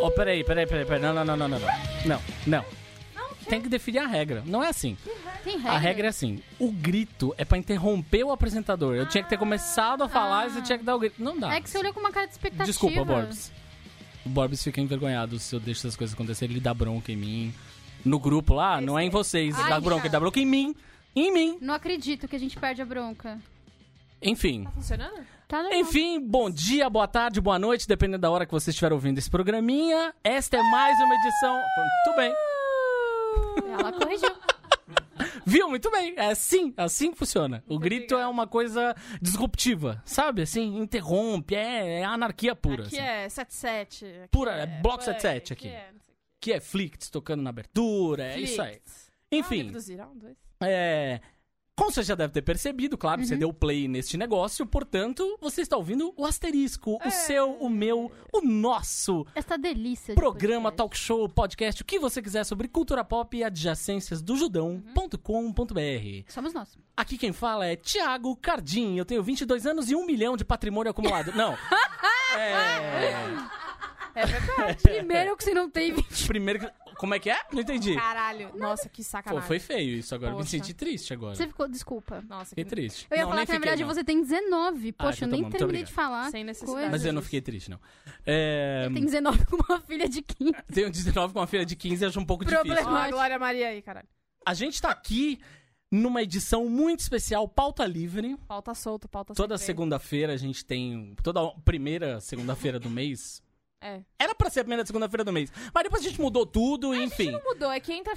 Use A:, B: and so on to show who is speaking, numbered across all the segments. A: oh, peraí, peraí, peraí, peraí. Não, não, não, não, não. Não, não. não. Tem que definir a regra. Não é assim.
B: Tem regra.
A: A regra é assim: o grito é pra interromper o apresentador. Eu tinha que ter começado a falar e você tinha que dar o grito. Não dá.
B: Ah. É que você olhou com uma cara de expectativa.
A: Tá. Desculpa, Borbs. O Borbs fica envergonhado se eu deixo essas coisas acontecerem. Ele dá bronca em mim. No grupo lá, não é em vocês. Ele
B: Ai,
A: dá bronca,
B: já.
A: ele dá bronca em mim. Em mim.
B: Não acredito que a gente perde a bronca.
A: Enfim.
C: Tá funcionando?
B: Tá normal.
A: Enfim, bom dia, boa tarde, boa noite, dependendo da hora que você estiver ouvindo esse programinha. Esta é mais uma edição. Muito bem.
B: Ela corrigiu.
A: Viu? Muito bem. É assim, assim que funciona. O grito é uma coisa disruptiva, sabe? Assim, interrompe, é, é anarquia pura.
C: Aqui
A: assim.
C: é 77. aqui
A: Pura, é bloco
C: punk,
A: 77 aqui.
C: é não sei o
A: Que é Flicts tocando na abertura, é
C: quê.
A: isso aí.
C: Flicks. Ah,
A: Enfim,
C: reduzir, ah, um, dois.
A: é. Como você já deve ter percebido, claro, você deu play neste negócio, portanto, você está ouvindo o asterisco, o seu, o meu, o nosso
B: Essa delícia. de
A: programa,
B: podcast.
A: talk show, podcast, o que você quiser sobre cultura pop e adjacências do judão.com.br.
B: Somos nós.
A: Aqui quem fala é Thiago Cardim. Eu tenho 22 anos e um milhão de patrimônio acumulado. Não. É...
B: Primeiro que você não tem 20.
A: Primeiro que... Como é que é? Não entendi.
C: Caralho. Nossa, que
A: Pô,
C: sacanagem.
A: foi feio isso agora. Me
C: Poxa.
A: senti triste agora.
B: Você ficou, desculpa.
C: Nossa, que
A: Fiquei triste.
B: Eu ia
A: Não,
B: falar
A: nem
B: que na
A: fiquei,
B: verdade
A: não.
B: você é tem 19.
A: então
B: Poxa, eu
A: tá
B: nem
A: bom, muito
B: terminei
A: obrigado.
B: de falar.
C: Sem
B: que
C: necessidade.
B: coisa.
A: Mas eu não fiquei triste, não. É...
B: Tem 19 com uma filha de 15.
A: Tenho 19 com uma filha de 15 acho um pouco difícil.
C: Ó, a
B: Problemático.
C: Glória Maria aí, caralho.
A: A gente tá aqui numa edição muito especial, pauta livre.
C: Pauta solto, pauta solto.
A: Toda segunda-feira a gente tem. Toda primeira segunda-feira do mês.
C: É.
A: Era pra ser a primeira segunda-feira do mês. Mas depois a gente mudou tudo, enfim.
C: Mudou, é que entra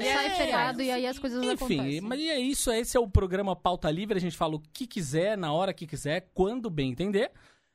B: Feriado.
C: É.
B: É,
C: e
B: Sai
C: aí-
B: feriado e aí as coisas
A: Enfim,
B: acontecem.
A: mas é isso. Esse é o programa Pauta Livre. A gente fala o que quiser, na hora que quiser, quando bem entender.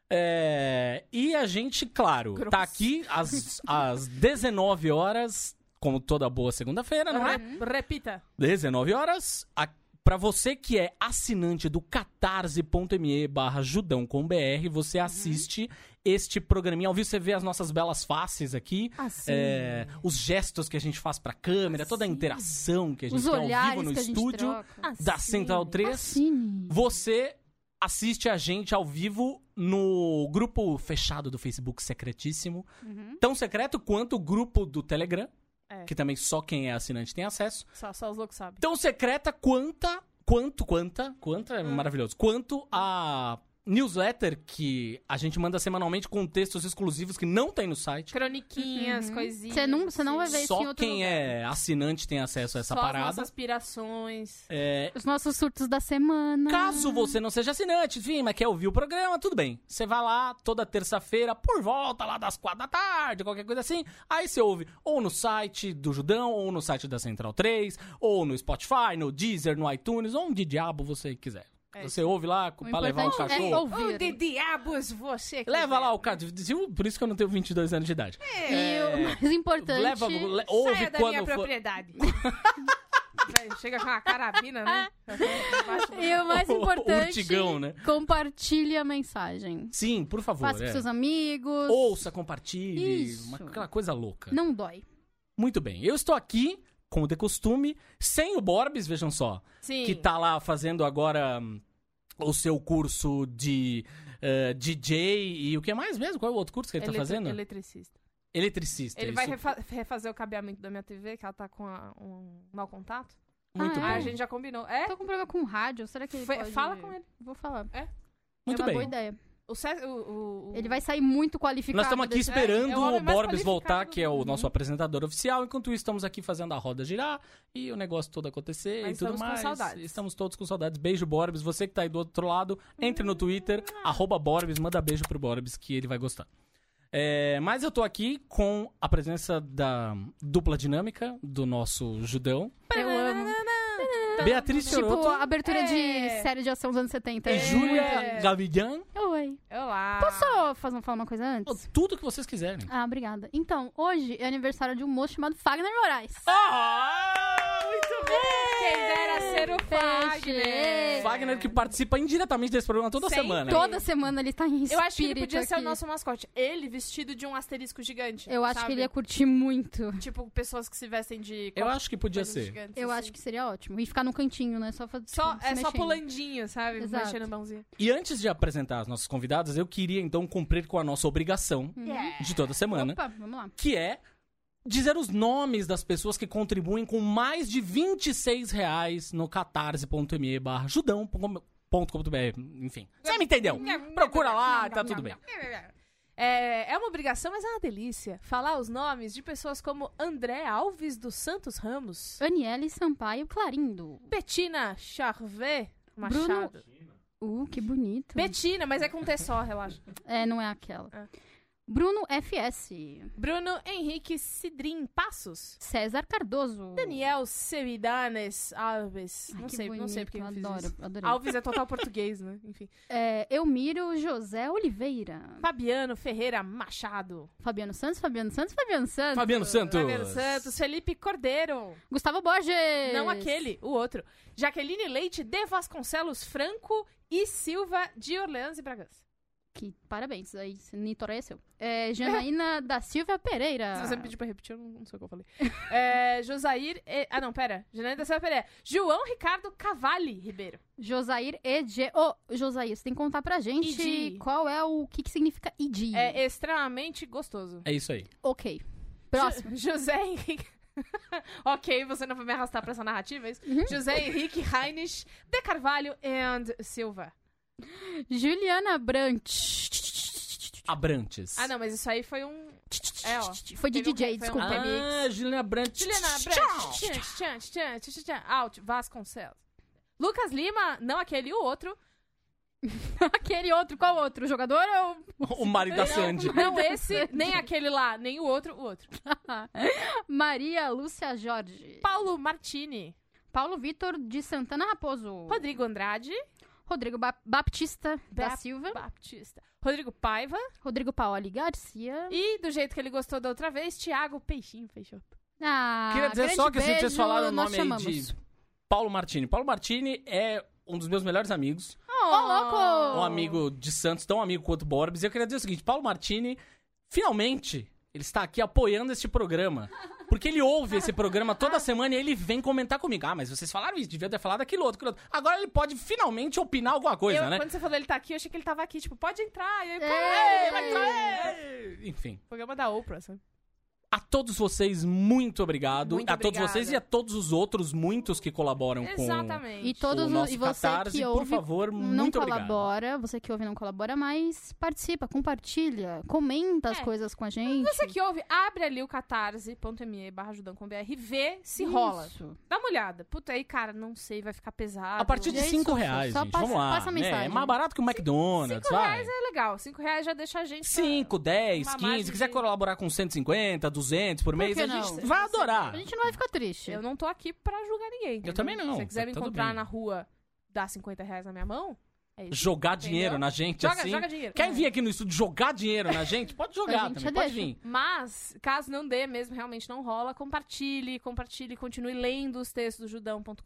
A: É, E a gente, claro,
C: Grosso.
A: tá aqui às, às 19 horas, como toda boa segunda-feira, não
B: Ah.
A: é?
C: Re- Uhum. Repita.
A: 19 horas. A... Pra você que é assinante do catarse.me barra judão com BR, você
B: Uhum.
A: assiste este programinha. Ao vivo você vê as nossas belas faces aqui.
C: Assim.
A: é, os gestos que a gente faz pra câmera, toda a interação que a gente
B: Os
A: tem ao vivo
B: olhares
A: no
B: que a gente
A: estúdio
B: troca.
A: da Central 3.
B: assim. Assine.
A: Você assiste a gente ao vivo no grupo fechado do Facebook secretíssimo.
B: Uhum.
A: Tão secreto quanto o grupo do Telegram,
C: É.
A: que também só quem é assinante tem acesso.
C: Ah, Só, só os loucos sabem.
A: Tão secreta quanta, quanto, quanta, quanta, é maravilhoso, quanto a newsletter que a gente manda semanalmente com textos exclusivos que não tem no site.
C: Croniquinhas, coisinhas. assim.
B: Você Uhum. não, você não vai ver isso em
A: Só
B: outro
A: quem
B: lugar.
A: é assinante tem acesso a essa
C: Só
A: parada.
C: as nossas aspirações.
A: É,
B: Os nossos surtos da semana.
A: Caso você não seja assinante, enfim, mas quer ouvir o programa, tudo bem. Você vai lá toda terça-feira, por volta lá das quatro da tarde, qualquer coisa assim. Aí você ouve ou no site do Judão, ou no site da Central 3, ou no Spotify, no Deezer, no iTunes, onde diabo você quiser.
C: É
A: você ouve lá pra levar o
B: importante é
A: cachorro.
B: ouvir. né?
C: Onde diabos você
A: Leva lá o cachorro. Por isso que eu não tenho 22 anos de idade.
B: É.
A: É.
B: E o mais importante...
A: Leva, le- ouve
C: Saia da
A: quando
C: minha
A: for.
C: propriedade. Velho, Chega com uma carabina, né?
B: E o mais
A: O
B: importante...
A: urtigão, né?
B: Compartilhe a mensagem.
A: Sim, por favor.
B: Faça
A: é.
B: com seus amigos.
A: Ouça, compartilhe.
B: Isso.
A: Uma, aquela coisa louca.
B: Não dói.
A: Muito bem, eu estou aqui, como de costume, sem o Borbs, vejam só,
C: Sim.
A: que tá lá fazendo agora hum, o seu curso de eh, DJ e o que mais mesmo? Qual é o outro curso que ele tá
C: Eletri-
A: fazendo?
C: Eletricista.
A: Eletricista.
C: Ele vai
A: isso.
C: refa- refazer o cabeamento da minha TV, que ela tá com a- um mau contato.
A: Muito
B: Ah,
A: bem.
C: Ah, a gente já combinou. É?
B: Tô Tá com problema com rádio. Será é que ele
C: Foi-
B: pode-
C: fala com ele.
B: Vou falar.
A: Muito
B: é uma
A: bem.
B: boa ideia.
C: O César, o, o- o-
B: Ele vai sair muito qualificado.
A: Nós estamos aqui
B: desse-
A: esperando
C: é o homem
A: o
C: mais
A: Borbs
C: qualificado
A: voltar,
C: do
A: que é o
C: mundo. né?
A: nosso apresentador oficial. Enquanto isso, estamos aqui fazendo a roda girar e o negócio todo acontecer
C: Mas
A: e tudo
C: estamos com
A: mais.
C: saudades.
A: Estamos todos com saudades. Beijo, Borbs. Você que tá aí do outro lado, entre
C: Hum.
A: no Twitter, arroba Borbs, manda beijo pro Borbs, que ele vai gostar. É, mas eu tô aqui com a presença da dupla dinâmica do nosso judão,
B: Eu amo.
A: Beatriz
B: Tipo,
A: Soroto
B: abertura
C: É.
B: de série de ação dos anos 70.
A: e É. Júlia Gavidian.
B: Oi.
C: Olá.
B: Posso só fazer, falar uma coisa antes?
A: Tudo que vocês quiserem.
B: Ah, obrigada. Então, hoje é aniversário de um moço chamado Fagner Moraes.
A: Ah, muito bem!
C: Quem dera ser o Fagner.
B: Fechei.
A: É. Wagner que participa indiretamente desse programa toda
C: Sempre.
A: semana.
B: Toda semana ele tá em espírito
C: Eu acho que ele podia ser o
B: aqui.
C: nosso mascote. Ele vestido de um asterisco gigante.
B: Eu acho
C: sabe?
B: que ele ia curtir muito.
C: Tipo, pessoas que se vestem de.
A: Eu acho que podia
C: coisas
A: ser.
C: gigantes,
B: Eu
C: assim.
B: acho que seria ótimo. E ficar no cantinho, né? Só, fa-
C: Só,
B: tipo, se
C: é só
B: mexendo.
C: pulandinho, sabe?
B: Exato.
C: Mexendo a mãozinha.
A: E antes de apresentar as nossas convidadas, eu queria então cumprir com a nossa obrigação de toda É. semana,
B: Uhum. Opa, vamos lá.
A: que é dizer os nomes das pessoas que contribuem com mais de 26 reais no catarse.me barra judão.com.br, enfim. Você me entendeu? Procura lá, tá tudo bem.
C: É, é uma obrigação, mas é uma delícia. Falar os nomes de pessoas como André Alves dos Santos Ramos,
B: Aniele Sampaio Clarindo.
C: Bettina Charvet
B: Bruno-
C: Machado.
B: Uh, que bonito.
C: Bettina, mas é com T só, relaxa.
B: É, não é aquela.
C: Ah.
B: Bruno FS.
C: Bruno Henrique Cidrim Passos.
B: César Cardoso.
C: Daniel Sevidanes Alves.
B: Ai,
C: não
B: que
C: sei, não sei porque eu
B: bonito,
C: fiz
B: adoro,
C: isso.
B: adorei.
C: Alves é total português, né? Enfim.
B: É, Elmiro José Oliveira.
C: Fabiano Ferreira Machado.
B: Fabiano Santos, Fabiano Santos, Fabiano Santos.
A: Fabiano Santos.
C: Fabiano Santos, Felipe Cordeiro.
B: Gustavo Borges.
C: Não aquele, o outro. Jaqueline Leite de Vasconcelos Franco e Silva de Orleans e Bragança.
B: Que, parabéns, isso aí se Nitoré é seu. É, Janaína da Silva Pereira.
C: Se você me pedir pra repetir, eu não, não sei o que eu falei. é, Josair. E- Ah, não, pera. Janaína da Silva Pereira. João Ricardo Cavalli Ribeiro.
B: Josair Ed. Ô, Josair, você tem que contar pra gente
C: Edi.
B: qual é o que, que significa ID.
C: É extremamente gostoso.
A: É isso aí.
B: Ok. Próximo.
C: Jo- José Henrique. ok, você não vai me arrastar pra essa narrativa, é isso?
B: Uhum.
C: José Henrique Heinrich de Carvalho and Silva.
B: Juliana Brant.
A: Abrantes.
C: Ah, não, mas isso aí foi um. É, ó.
B: Foi de
C: Teve um-
B: DJ,
C: foi um-
B: desculpa.
C: Ah.
A: Ah, Juliana Abrantes.
C: Juliana Brandt. Tchan, tchan, tchan, tchan, tchan, Out, Vasconcelos. Lucas Lima, não aquele, o outro.
B: Aquele outro, qual outro? O jogador ou.
A: O marido da
C: Não,
A: Sandy.
C: Não esse, nem aquele lá, nem o outro, o outro.
B: Maria Lúcia Jorge.
C: Paulo Martini.
B: Paulo Vitor de Santana Raposo.
C: Rodrigo Andrade.
B: Rodrigo Ba- Baptista da
C: Bap-
B: Silva.
C: Baptista. Rodrigo Paiva.
B: Rodrigo Paoli Garcia.
C: E, do jeito que ele gostou da outra vez, Thiago Peixinho fechou.
B: Ah,
A: Queria dizer
B: grande
A: só que assim, vocês
B: beijo,
A: falaram o
B: nós
A: nome aí
B: chamamos.
A: de Paulo Martini. Paulo Martini é um dos meus melhores amigos.
C: Oh,
B: louco!
A: Um amigo de Santos, tão amigo quanto Borbes. E eu queria dizer o seguinte: Paulo Martini, finalmente, ele está aqui apoiando este programa. Porque ele ouve esse programa toda semana e ele vem comentar comigo. Ah, mas vocês falaram isso, devia ter falado aquilo outro, aquilo outro. Agora ele pode finalmente opinar alguma coisa,
C: Eu,
A: né?
C: Quando você falou ele tá aqui, eu achei que ele tava aqui. Tipo, pode entrar. E aí, pô,
B: É.
C: é, vai entrar. é.
A: Enfim.
C: Programa da Oprah, sabe?
A: A todos vocês, muito obrigado.
C: Muito
A: a todos
C: obrigada.
A: vocês e a todos os outros muitos que colaboram com.
C: Exatamente.
B: E todos
A: o
B: os-
A: Tipo, nosso
B: e você
A: Catarse,
B: que
A: por
B: ouve
A: favor,
B: não
A: muito obrigado.
B: colabora, você que ouve não colabora, mas participa, compartilha, comenta as
C: É.
B: coisas com a gente.
C: Você que ouve, abre ali o catarse.me barra ajudando.com.br e vê se rola.
B: Isso.
C: Dá uma olhada. Puta aí, cara, não sei, vai ficar pesado.
A: A partir de
B: É isso,
A: 5
B: só
A: reais, gente.
B: passa-
A: Vamos lá.
B: passa a
A: né? É
B: mensagem.
A: mais barato que o McDonald's,
C: Cinco
A: vai.
C: reais é legal. Cinco reais já deixa a gente...
A: 5, 10,
C: Uma
A: 15.
C: margem
A: Se quiser
C: de-
A: colaborar com 150, 200 por mês,
B: que
A: a gente
B: não?
A: vai adorar.
B: A gente não vai ficar triste.
C: Eu não tô aqui pra julgar ninguém. entendeu?
A: também não,
C: Se você quiser
A: tá
C: me
A: tudo
C: encontrar
A: bem.
C: na rua, dar 50 reais na minha mão, é isso.
A: Jogar dinheiro
C: Entendeu?
A: na gente
C: Joga,
A: assim.
C: joga dinheiro.
A: Quer vir aqui no estúdio jogar dinheiro na gente? Pode jogar
B: A gente
A: também,
B: já
A: pode
B: deixa.
A: vir.
C: Mas, caso não dê mesmo, realmente não rola, compartilhe, compartilhe, continue lendo os textos do judão.com.br,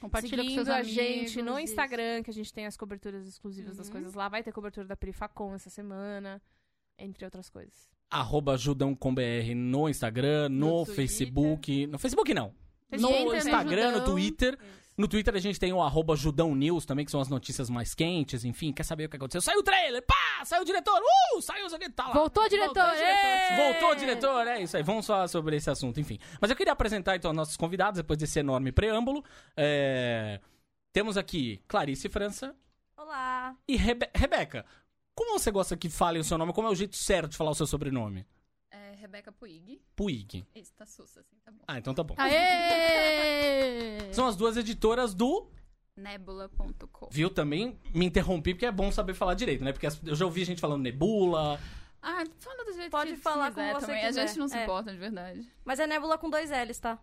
B: Compartilha
C: seguindo
B: com seus
C: a
B: amigos,
C: gente no
B: isso.
C: Instagram, que a gente tem as coberturas exclusivas das
B: Uhum.
C: coisas lá. Vai ter cobertura da Perifacon essa semana, entre outras coisas.
A: Arroba Judão com BR no Instagram, no,
C: No Twitter.
A: Facebook. No Facebook não. No
C: Entra no
A: Instagram, no
B: Judão.
A: Twitter.
C: Isso.
A: No Twitter a gente tem o arroba Judão News também, que são as notícias mais quentes, enfim. Quer saber o que aconteceu? Saiu o trailer, pá! Saiu o diretor, uh! Saiu o que tá lá.
B: Voltou, diretor!
C: Voltou, diretor.
B: Ê!
A: Voltou, diretor, é isso aí. Vamos falar sobre esse assunto, enfim. Mas eu queria apresentar então os nossos convidados, depois desse enorme preâmbulo. É, Temos aqui Clarice França
C: Olá!
A: e Rebe- Rebeca. Como você gosta que falem o seu nome? Como é o jeito certo de falar o seu sobrenome?
D: É Rebeca Puig.
A: Puig.
D: Esse tá sussa, assim, tá bom.
A: Ah, então tá bom.
C: é.
B: Aê!
A: São as duas editoras do.
D: Nebula.com.
A: Viu também? Me interrompi porque é bom saber falar direito, né? Porque as- eu já ouvi gente falando nebula.
D: Ah, fala do jeito
E: Pode
D: que você
E: falar
D: quiser
E: como você
D: também. A
E: quiser,
D: gente não se
E: é.
D: importa, de verdade.
E: Mas é Nebula com dois L's, tá?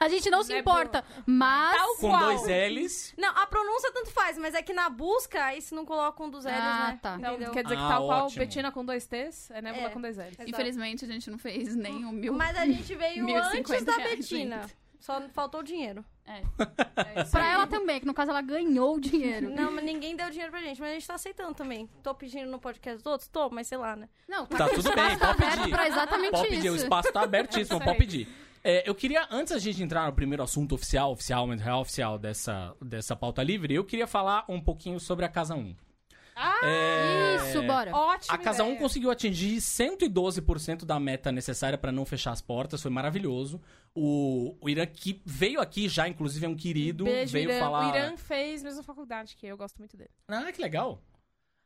B: A gente não se
C: É
B: importa, mas.
E: Tal
A: Com
E: qual.
A: dois L's.
E: Não, a pronúncia tanto faz, mas é que na busca, aí se não coloca um dos L's,
B: Ah,
E: né?
B: tá.
C: Então,
E: Entendeu?
C: quer dizer que
A: Ah,
C: tal qual
A: ótimo.
C: Betina com dois T's, é Nebula
E: É.
C: com dois L's.
E: Exato.
B: é um
D: Infelizmente, a gente não fez nem o mil.
E: Mas a gente veio
D: 1.050
E: antes da
D: reais
E: Betina. Só faltou o dinheiro.
D: É. É isso
B: Pra
D: aí.
B: ela também, que no caso ela ganhou o dinheiro.
E: Não, mas ninguém deu dinheiro pra gente, mas a gente tá aceitando também. Tô pedindo no podcast dos outros? Tô, mas sei lá, né?
B: Não,
A: Tá tudo bem,
B: tá
A: pode
B: aberto
A: pedir.
B: pra exatamente
A: Pode pedir, o
B: isso.
A: espaço tá abertíssimo,
C: Isso
A: pode
C: aí.
A: pedir. É, eu queria, antes da gente entrar no primeiro assunto oficial, oficial, mas real oficial dessa, dessa pauta livre, eu queria falar um pouquinho sobre a Casa 1.
C: Ah,
A: É,
B: Isso, bora.
C: ótimo.
A: A Casa 1
C: ideia.
A: conseguiu atingir 112% da meta necessária para não fechar as portas, foi maravilhoso. O, o Irã que veio aqui já, inclusive é um querido,
C: Beijo,
A: veio
C: Irã.
A: falar.
C: O Irã fez mesma faculdade que eu, eu gosto muito dele.
A: Ah, que legal.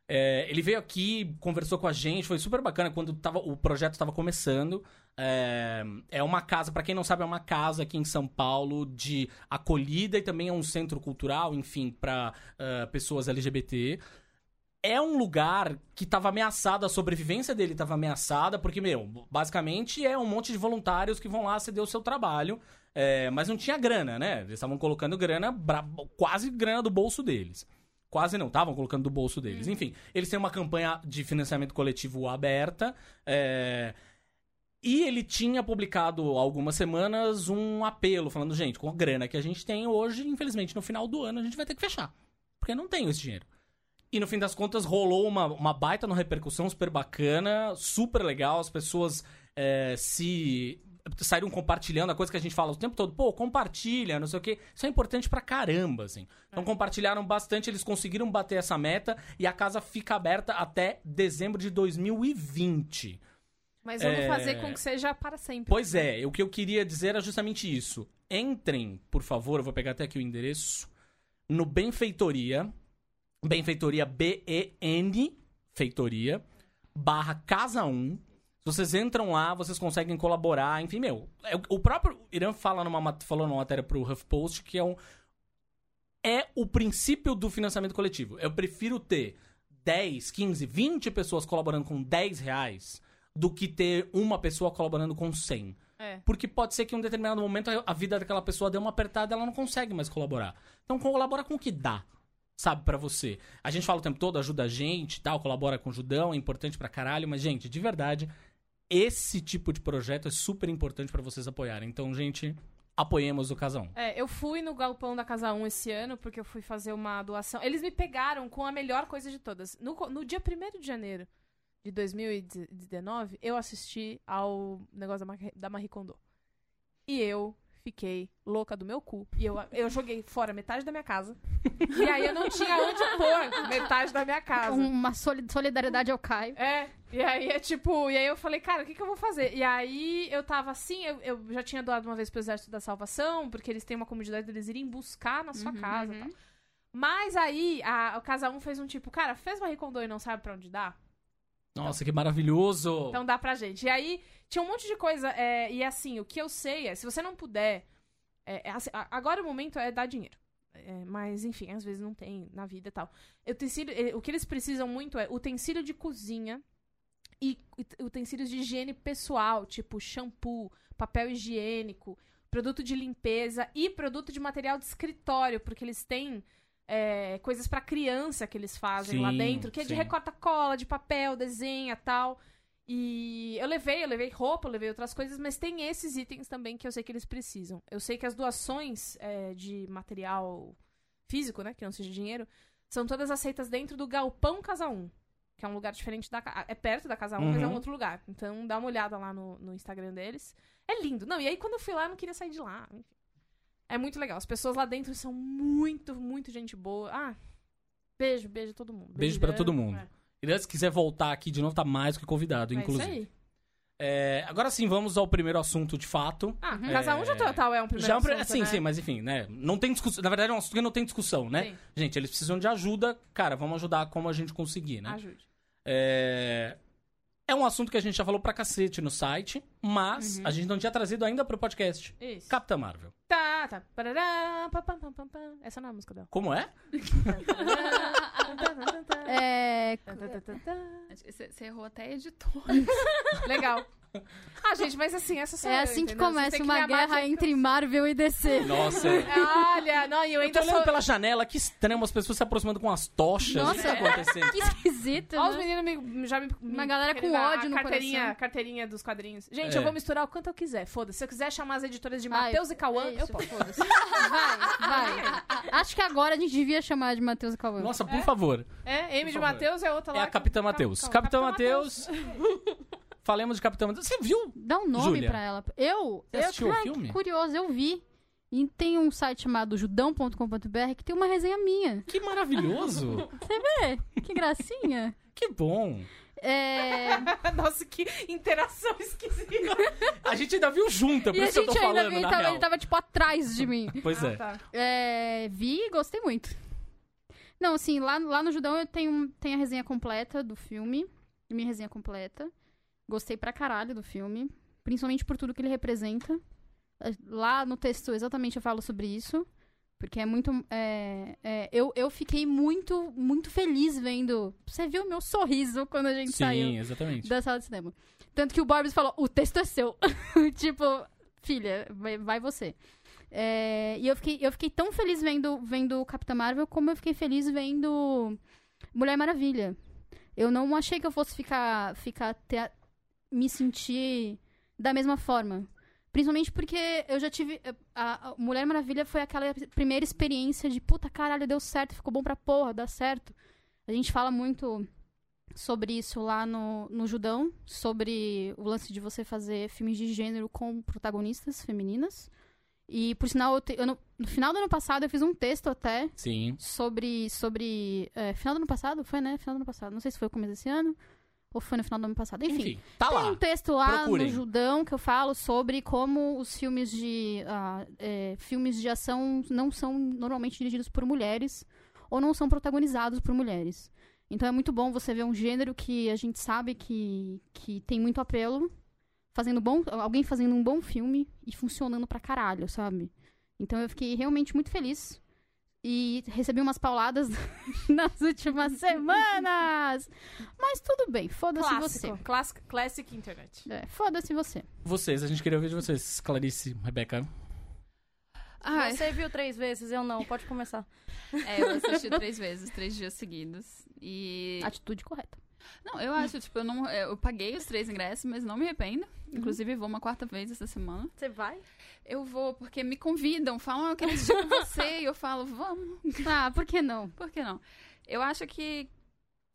A: É, ele veio aqui, conversou com a gente, foi super bacana quando tava, o projeto estava começando. É, é uma casa, pra quem não sabe, é uma casa aqui em São Paulo de acolhida e também é um centro cultural, enfim, pra ah, pessoas LGBT. É um lugar que tava ameaçado, a sobrevivência dele tava ameaçada, porque, meu, basicamente é um monte de voluntários que vão lá ceder o seu trabalho, é, mas não tinha grana, né? Eles estavam colocando grana, bra- quase grana do bolso deles. Quase não, estavam colocando do bolso deles. Enfim, eles têm uma campanha de financiamento coletivo aberta. é, E ele tinha publicado há algumas semanas um apelo falando, gente, com a grana que a gente tem hoje, infelizmente, no final do ano a gente vai ter que fechar. Porque não tenho esse dinheiro. E no fim das contas rolou uma, uma baita no repercussão super bacana, super legal. As pessoas é, se saíram compartilhando a coisa que a gente fala o tempo todo, pô, compartilha, não sei o quê. Isso é importante pra caramba, assim. Então compartilharam bastante, eles conseguiram bater essa meta e a casa fica aberta até dezembro de 2020.
C: Mas vamos
A: É.
C: fazer com que seja para sempre.
A: Pois é, o que eu queria dizer era justamente isso. Entrem, por favor, eu vou pegar até aqui o endereço, no Benfeitoria, Benfeitoria B-E-N, Feitoria, barra Casa 1. Se vocês entram lá, vocês conseguem colaborar, enfim, meu. é o- O próprio Irã fala numa, mat- falou numa matéria pro HuffPost que é um. É o princípio do financiamento coletivo. Eu prefiro ter 10, 15, 20 pessoas colaborando com 10 reais do que ter uma pessoa colaborando com 100.
C: É.
A: Porque pode ser que em um determinado momento a- a vida daquela pessoa dê uma apertada e ela não consegue mais colaborar. Então colabora com o que dá, sabe, pra você. A gente fala o tempo todo, ajuda a gente e tal, colabora com o Judão, é importante pra caralho, mas, gente, de verdade, esse tipo de projeto é super importante pra vocês apoiarem. Então, gente, apoiemos o casão.
C: É, eu fui no galpão da Casa 1 esse ano, porque eu fui fazer uma doação. Eles me pegaram com a melhor coisa de todas. No, co- no dia 1 de janeiro de 2019, eu assisti ao negócio da, Mar da Marie Kondo. E eu fiquei louca do meu cu. E eu, eu joguei fora metade da minha casa. e aí eu não tinha onde pôr metade da minha casa.
B: Um, Uma soli- solidariedade ao Caio.
C: É, e aí é tipo, e aí eu falei, cara, o que, que eu vou fazer? E aí eu tava assim, eu, eu já tinha doado uma vez pro Exército da Salvação, porque eles têm uma comunidade deles irem buscar na sua casa e tal. Mas aí a, o Casa 1 fez um tipo, cara, fez uma Ricondô e não sabe pra onde dar?
A: Nossa, que maravilhoso!
C: Então dá pra gente. E aí tinha um monte de coisa, é, e assim, o que eu sei é, se você não puder. é, é, assim, a- agora o momento é dar dinheiro. É, mas, enfim, às vezes não tem na vida e tal. Utensílio, eh, o que eles precisam muito é utensílio de cozinha e ut- utensílios de higiene pessoal, tipo shampoo, papel higiênico, produto de limpeza e produto de material de escritório, porque eles têm eh, coisas pra criança que eles fazem lá
A: Sim,
C: dentro, que é de
A: sim.
C: recorta-cola, de papel, desenha tal. E eu levei, eu levei roupa, eu levei outras coisas, mas tem esses itens também que eu sei que eles precisam. Eu sei que as doações eh, de material físico, né, que não seja dinheiro, são todas aceitas dentro do Galpão Casa 1. Que é um lugar diferente da casa. É perto da casa 1, mas é um
A: Uhum.
C: outro lugar. Então dá uma olhada lá no, no Instagram deles. É lindo. Não, e aí quando eu fui lá, eu não queria sair de lá. Enfim. É muito legal. As pessoas lá dentro são muito, muito gente boa. Ah, beijo, beijo a todo mundo.
A: Beijo pra
C: Irã.
A: todo mundo.
C: É,
A: Irã, se quiser voltar aqui de novo, tá mais do que convidado,
C: É
A: inclusive.
C: isso aí.
A: É, agora sim, vamos ao primeiro assunto de fato.
C: Ah, casa 1 já total é um primeiro
A: Já é um pri-
C: assunto,
A: sim,
C: né?
A: sim, mas enfim, né? Não tem discussão. Na verdade, é um assunto que não tem discussão, né?
C: Sim.
A: Gente, eles precisam de ajuda. Cara, vamos ajudar como a gente conseguir, né?
C: Ajude.
A: É... é um assunto que a gente já falou pra cacete no site, mas
C: Uhum.
A: a gente não tinha trazido ainda pro podcast.
C: Isso.
A: Capitã Marvel.
C: Tá, tá. Parará, pam, pam, pam, pam, pam. Essa não é a música dela.
A: Como é?
B: É,
C: Tá, tá, tá, tá, tá.
D: Acho que Você você errou até editor.
C: Legal. Ah, gente, mas assim, essa sou
B: é
C: eu,
B: assim que
C: entendeu? Vocês
B: começa
C: têm que me
B: uma
C: amar
B: guerra
C: de-
B: entre Marvel e DC.
A: Nossa. eu
C: Olha, não, e eu
A: tô
C: ainda
A: olhando
C: sou.
A: pela janela, que estranho, as pessoas se aproximando com as tochas. o que tá
C: é.
B: Nossa.
A: acontecendo?
B: Que esquisito,
C: Ó, os
B: né?
C: meninos me- já me. me
B: Uma galera com
C: querendo a
B: ódio no
C: carteirinha,
B: coração.
C: Carteirinha dos quadrinhos. Gente, Gente,
A: É.
C: eu vou misturar o quanto eu quiser. Foda-se. Se eu quiser chamar as editoras de
B: Ai,
C: Matheus e Cauã,
B: é
C: eu
B: isso,
C: posso.
B: foda-se. Vai, vai. Acho que agora a gente devia chamar de Matheus e Cauã.
A: Nossa, por favor.
C: É, M
A: Por
C: de
A: favor.
C: Matheus é outra
A: É
C: lá.
A: a
C: que-
A: Capitã
C: Cap-
A: Matheus.
C: Cap-
A: Capitã Matheus. Falemos de Capitã Matheus. Você viu?
B: Dá um nome
A: Júlia.
B: pra ela. Eu,
A: Você
B: eu
A: assistiu o
B: cara,
A: filme?
B: que curioso, eu vi. E tem um site chamado judão.com.br que tem uma resenha minha.
A: Que maravilhoso.
B: É, que gracinha.
A: que bom.
B: É,
C: Nossa, que interação esquisita.
A: A gente ainda viu junto, é por
B: e a
A: isso que eu tô
B: gente ainda
A: falando,
B: viu, ele
A: na
B: tava,
A: real.
B: ele tava tipo atrás de mim.
A: Pois é.
C: Ah, tá.
B: É, vi e gostei muito. Não, assim, lá, lá no Judão eu tenho, tem a resenha completa do filme. Minha resenha completa. Gostei pra caralho do filme. Principalmente por tudo que ele representa. Eh, Lá no texto exatamente eu falo sobre isso. Porque é muito. é, é, eu, eu fiquei muito, muito feliz vendo. Você viu meu sorriso quando a gente saiu
A: Sim, exatamente.
B: da sala de cinema. Tanto que o Barbies falou, o texto é seu. tipo, filha, vai, vai você. É, e eu fiquei, eu fiquei tão feliz vendo, vendo o Capitã Marvel como eu fiquei feliz vendo Mulher Maravilha. Eu não achei que eu fosse ficar, ficar te- me sentir da mesma forma. Principalmente porque eu já tive. eh, A a Mulher Maravilha foi aquela primeira experiência de puta caralho, deu certo, ficou bom pra porra, dá certo. A gente fala muito sobre isso lá no, no Judão, sobre o lance de você fazer filmes de gênero com protagonistas femininas. E, por sinal, eu te- eu não- no final do ano passado eu fiz um texto até
A: Sim.
B: sobre. sobre é, final do ano passado? Foi, né? Final do ano passado. Não sei se foi o começo desse ano ou foi no final do ano passado. Enfim,
A: Enfim, tá
B: tem
A: lá.
B: um texto lá
A: Procurem.
B: no Judão que eu falo sobre como os filmes de ah, é, filmes de ação não são normalmente dirigidos por mulheres ou não são protagonizados por mulheres. Então é muito bom você ver um gênero que a gente sabe que, que tem muito apelo, fazendo bom, alguém fazendo um bom filme e funcionando pra caralho, sabe? Então eu fiquei realmente muito feliz e recebi umas pauladas nas últimas semanas. Mas tudo bem, foda-se você.
C: Clássico. Classic, classic internet.
B: É, foda-se você.
A: Vocês, a gente queria ouvir de vocês. Clarice, Rebeca.
D: Ai,
E: Você viu três vezes, eu não. Pode começar.
D: é, eu assisti três vezes, três dias seguidos. E.
B: Atitude correta.
D: Não, eu acho, tipo, eu não. Eu paguei os três ingressos, mas não me arrependo. Inclusive, vou uma quarta vez essa semana.
E: Você vai?
D: Eu vou, porque me convidam, falam, ah, eu quero assistir com você. E eu falo, vamos.
B: Ah, por que não?
D: Por que não? Eu acho que.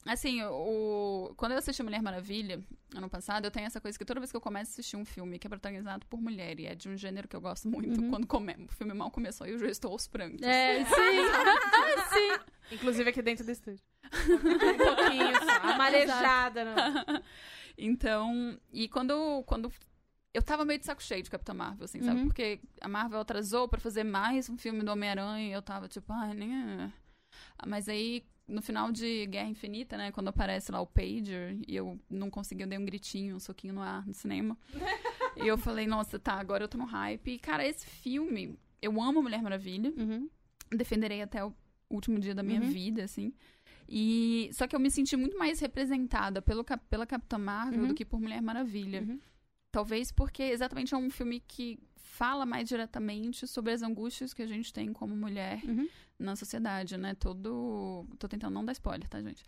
D: Assim, o... quando eu assisti Mulher Maravilha, ano passado, eu tenho essa coisa que toda vez que eu começo a assistir um filme que é protagonizado por mulher e é de um gênero que eu gosto muito, quando come... o filme mal começou e eu já estou aos prantos.
B: É, sim.
C: Inclusive aqui dentro do estúdio. um pouquinho, só. a marejada. Não.
D: Então, e quando, quando eu tava meio de saco cheio de Capitã Marvel, assim, sabe?
B: Uhum.
D: Porque a Marvel atrasou pra fazer mais um filme do Homem-Aranha e eu tava tipo, ai, nem. é." Mas aí, no final de Guerra Infinita, né? Quando aparece lá o Pager e eu não consegui, eu dei um gritinho, um soquinho no ar no cinema. e eu falei, nossa, tá, agora eu tô no hype. E, cara, esse filme, eu amo Mulher Maravilha
B: Uhum.
D: defenderei até o último dia da minha
B: Uhum.
D: vida, assim. E só que eu me senti muito mais representada pelo, cap- pela Capitã Marvel
B: Uhum.
D: do que por Mulher Maravilha.
B: Uhum.
D: Talvez porque exatamente é um filme que fala mais diretamente sobre as angústias que a gente tem como mulher
B: Uhum.
D: na sociedade, né? Todo, tô tentando não dar spoiler, tá, gente?